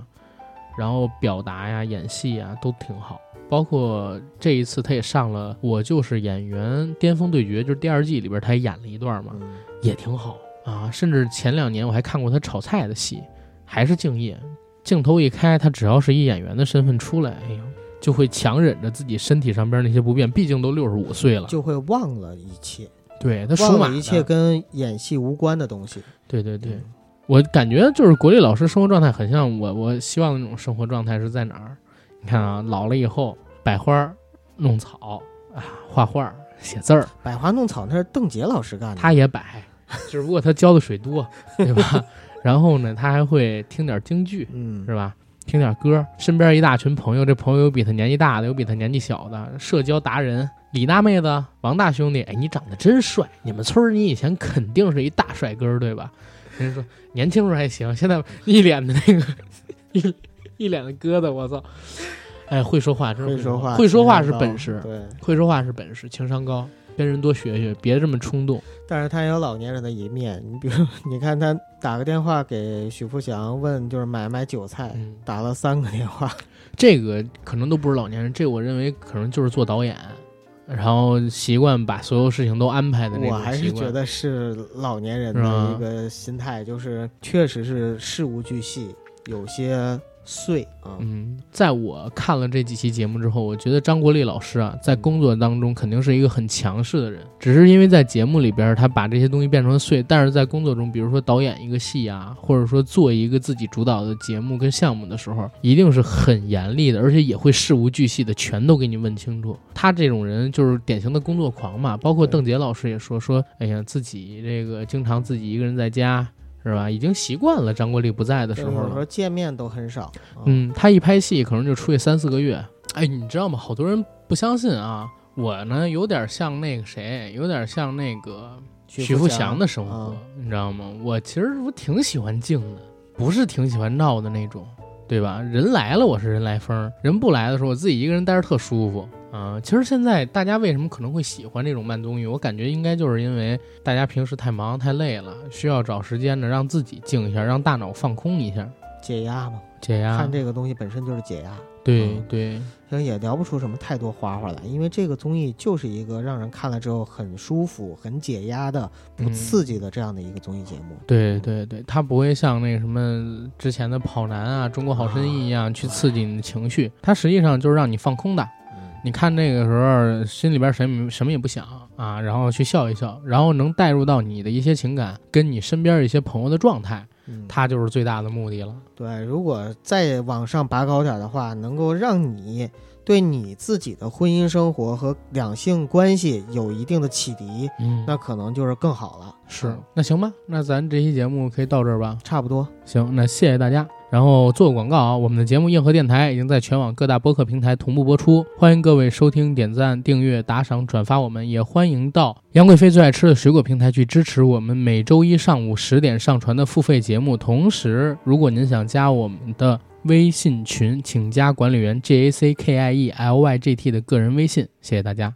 Speaker 1: 然后表达呀、演戏呀都挺好。包括这一次，他也上了《我就是演员巅峰对决》，就是第二季里边，他也演了一段嘛，
Speaker 2: 嗯，
Speaker 1: 也挺好啊。甚至前两年我还看过他炒菜的戏，还是敬业。镜头一开，他只要是以演员的身份出来，哎呦，就会强忍着自己身体上边那些不便，毕竟都六十五岁了。
Speaker 2: 就会忘了一切，
Speaker 1: 对他属
Speaker 2: 忘
Speaker 1: 马
Speaker 2: 了一
Speaker 1: 的
Speaker 2: 切跟演戏无关的东西。
Speaker 1: 对对对。
Speaker 2: 嗯
Speaker 1: 我感觉就是国立老师生活状态很像我我希望的那种生活状态是在哪儿？你看啊，老了以后摆花儿、弄草啊、画画儿、写字儿，
Speaker 2: 百花弄草那是邓婕老师干的，
Speaker 1: 他也摆，只不过他浇的水多，对吧？ 然后呢，他还会听点京剧，
Speaker 2: 嗯
Speaker 1: 是吧？听点歌，身边一大群朋友，这朋友有比他年纪大的，有比他年纪小的，社交达人，李大妹子，王大兄弟，哎，你长得真帅，你们村儿你以前肯定是一大帅哥儿，对吧？人家说年轻时候还行，现在一脸的那个 一一脸的疙瘩，我操！哎，会说话真是
Speaker 2: 会说话，
Speaker 1: 会说话是
Speaker 2: 情商高
Speaker 1: 本事，
Speaker 2: 对，
Speaker 1: 会说话是本事，情商高，跟人多学学，别这么冲动。
Speaker 2: 但是他也有老年人的一面。你比如，你看他打个电话给许富祥问，就是买不买韭菜，
Speaker 1: 嗯，
Speaker 2: 打了三个电话。
Speaker 1: 这个可能都不是老年人，这我认为可能就是做导演，然后习惯把所有事情都安排的那
Speaker 2: 我
Speaker 1: 种
Speaker 2: 还
Speaker 1: 习
Speaker 2: 是
Speaker 1: 惯
Speaker 2: 觉得是老年人
Speaker 1: 是吧
Speaker 2: 的一个心态，就是确实是事无巨细，有些碎啊。
Speaker 1: 嗯，在我看了这几期节目之后，我觉得张国立老师啊，在工作当中肯定是一个很强势的人，只是因为在节目里边他把这些东西变成了碎，但是在工作中，比如说导演一个戏啊，或者说做一个自己主导的节目跟项目的时候，一定是很严厉的，而且也会事无巨细的全都给你问清楚。他这种人就是典型的工作狂嘛，包括
Speaker 2: 对
Speaker 1: 邓婕老师也说说，哎呀，自己这个经常自己一个人在家。是吧？已经习惯了张国立不在的时候
Speaker 2: 有
Speaker 1: 了
Speaker 2: 时。候见面都很少。啊，
Speaker 1: 嗯，他一拍戏可能就出去三四个月。哎，你知道吗？好多人不相信啊。我呢，有点像那个谁，有点像那个许
Speaker 2: 富
Speaker 1: 富祥的生活，
Speaker 2: 啊
Speaker 1: 你知道吗？我其实我挺喜欢静的，不是挺喜欢闹的那种，对吧？人来了，我是人来疯儿；人不来的时候，我自己一个人待着特舒服。啊、其实现在大家为什么可能会喜欢这种慢综艺？我感觉应该就是因为大家平时太忙太累了，需要找时间呢让自己静一下，让大脑放空一下，
Speaker 2: 解压嘛，
Speaker 1: 解压。
Speaker 2: 看这个东西本身就是解压。
Speaker 1: 对
Speaker 2: 嗯
Speaker 1: 对，
Speaker 2: 其实也聊不出什么太多花花来，因为这个综艺就是一个让人看了之后很舒服、很解压的、不
Speaker 1: 嗯
Speaker 2: 刺激的这样的一个综艺节目。
Speaker 1: 对对对，它不会像那个什么之前的跑男啊、中国好声音一样去刺激你的情绪，它实际上就是让你放空的。
Speaker 2: 嗯，
Speaker 1: 你看那个时候心里边什么什么也不想啊，然后去笑一笑，然后能带入到你的一些情感，跟你身边一些朋友的状态。
Speaker 2: 嗯，
Speaker 1: 它就是最大的目的了。
Speaker 2: 对，如果再往上拔高点的话，能够让你对你自己的婚姻生活和两性关系有一定的启迪，
Speaker 1: 嗯
Speaker 2: 那可能就是更好了。
Speaker 1: 是
Speaker 2: 嗯
Speaker 1: 那行吧，那咱这期节目可以到这儿吧。
Speaker 2: 差不多。
Speaker 1: 行，那谢谢大家。然后做个广告啊，我们的节目《硬核电台》已经在全网各大播客平台同步播出，欢迎各位收听、点赞、订阅、打赏、转发我们，也欢迎到杨贵妃最爱吃的水果平台去支持我们每周一上午十点上传的付费节目。同时，如果您想加我们的微信群，请加管理员 J A C K I E L Y G T 的个人微信。谢谢大家。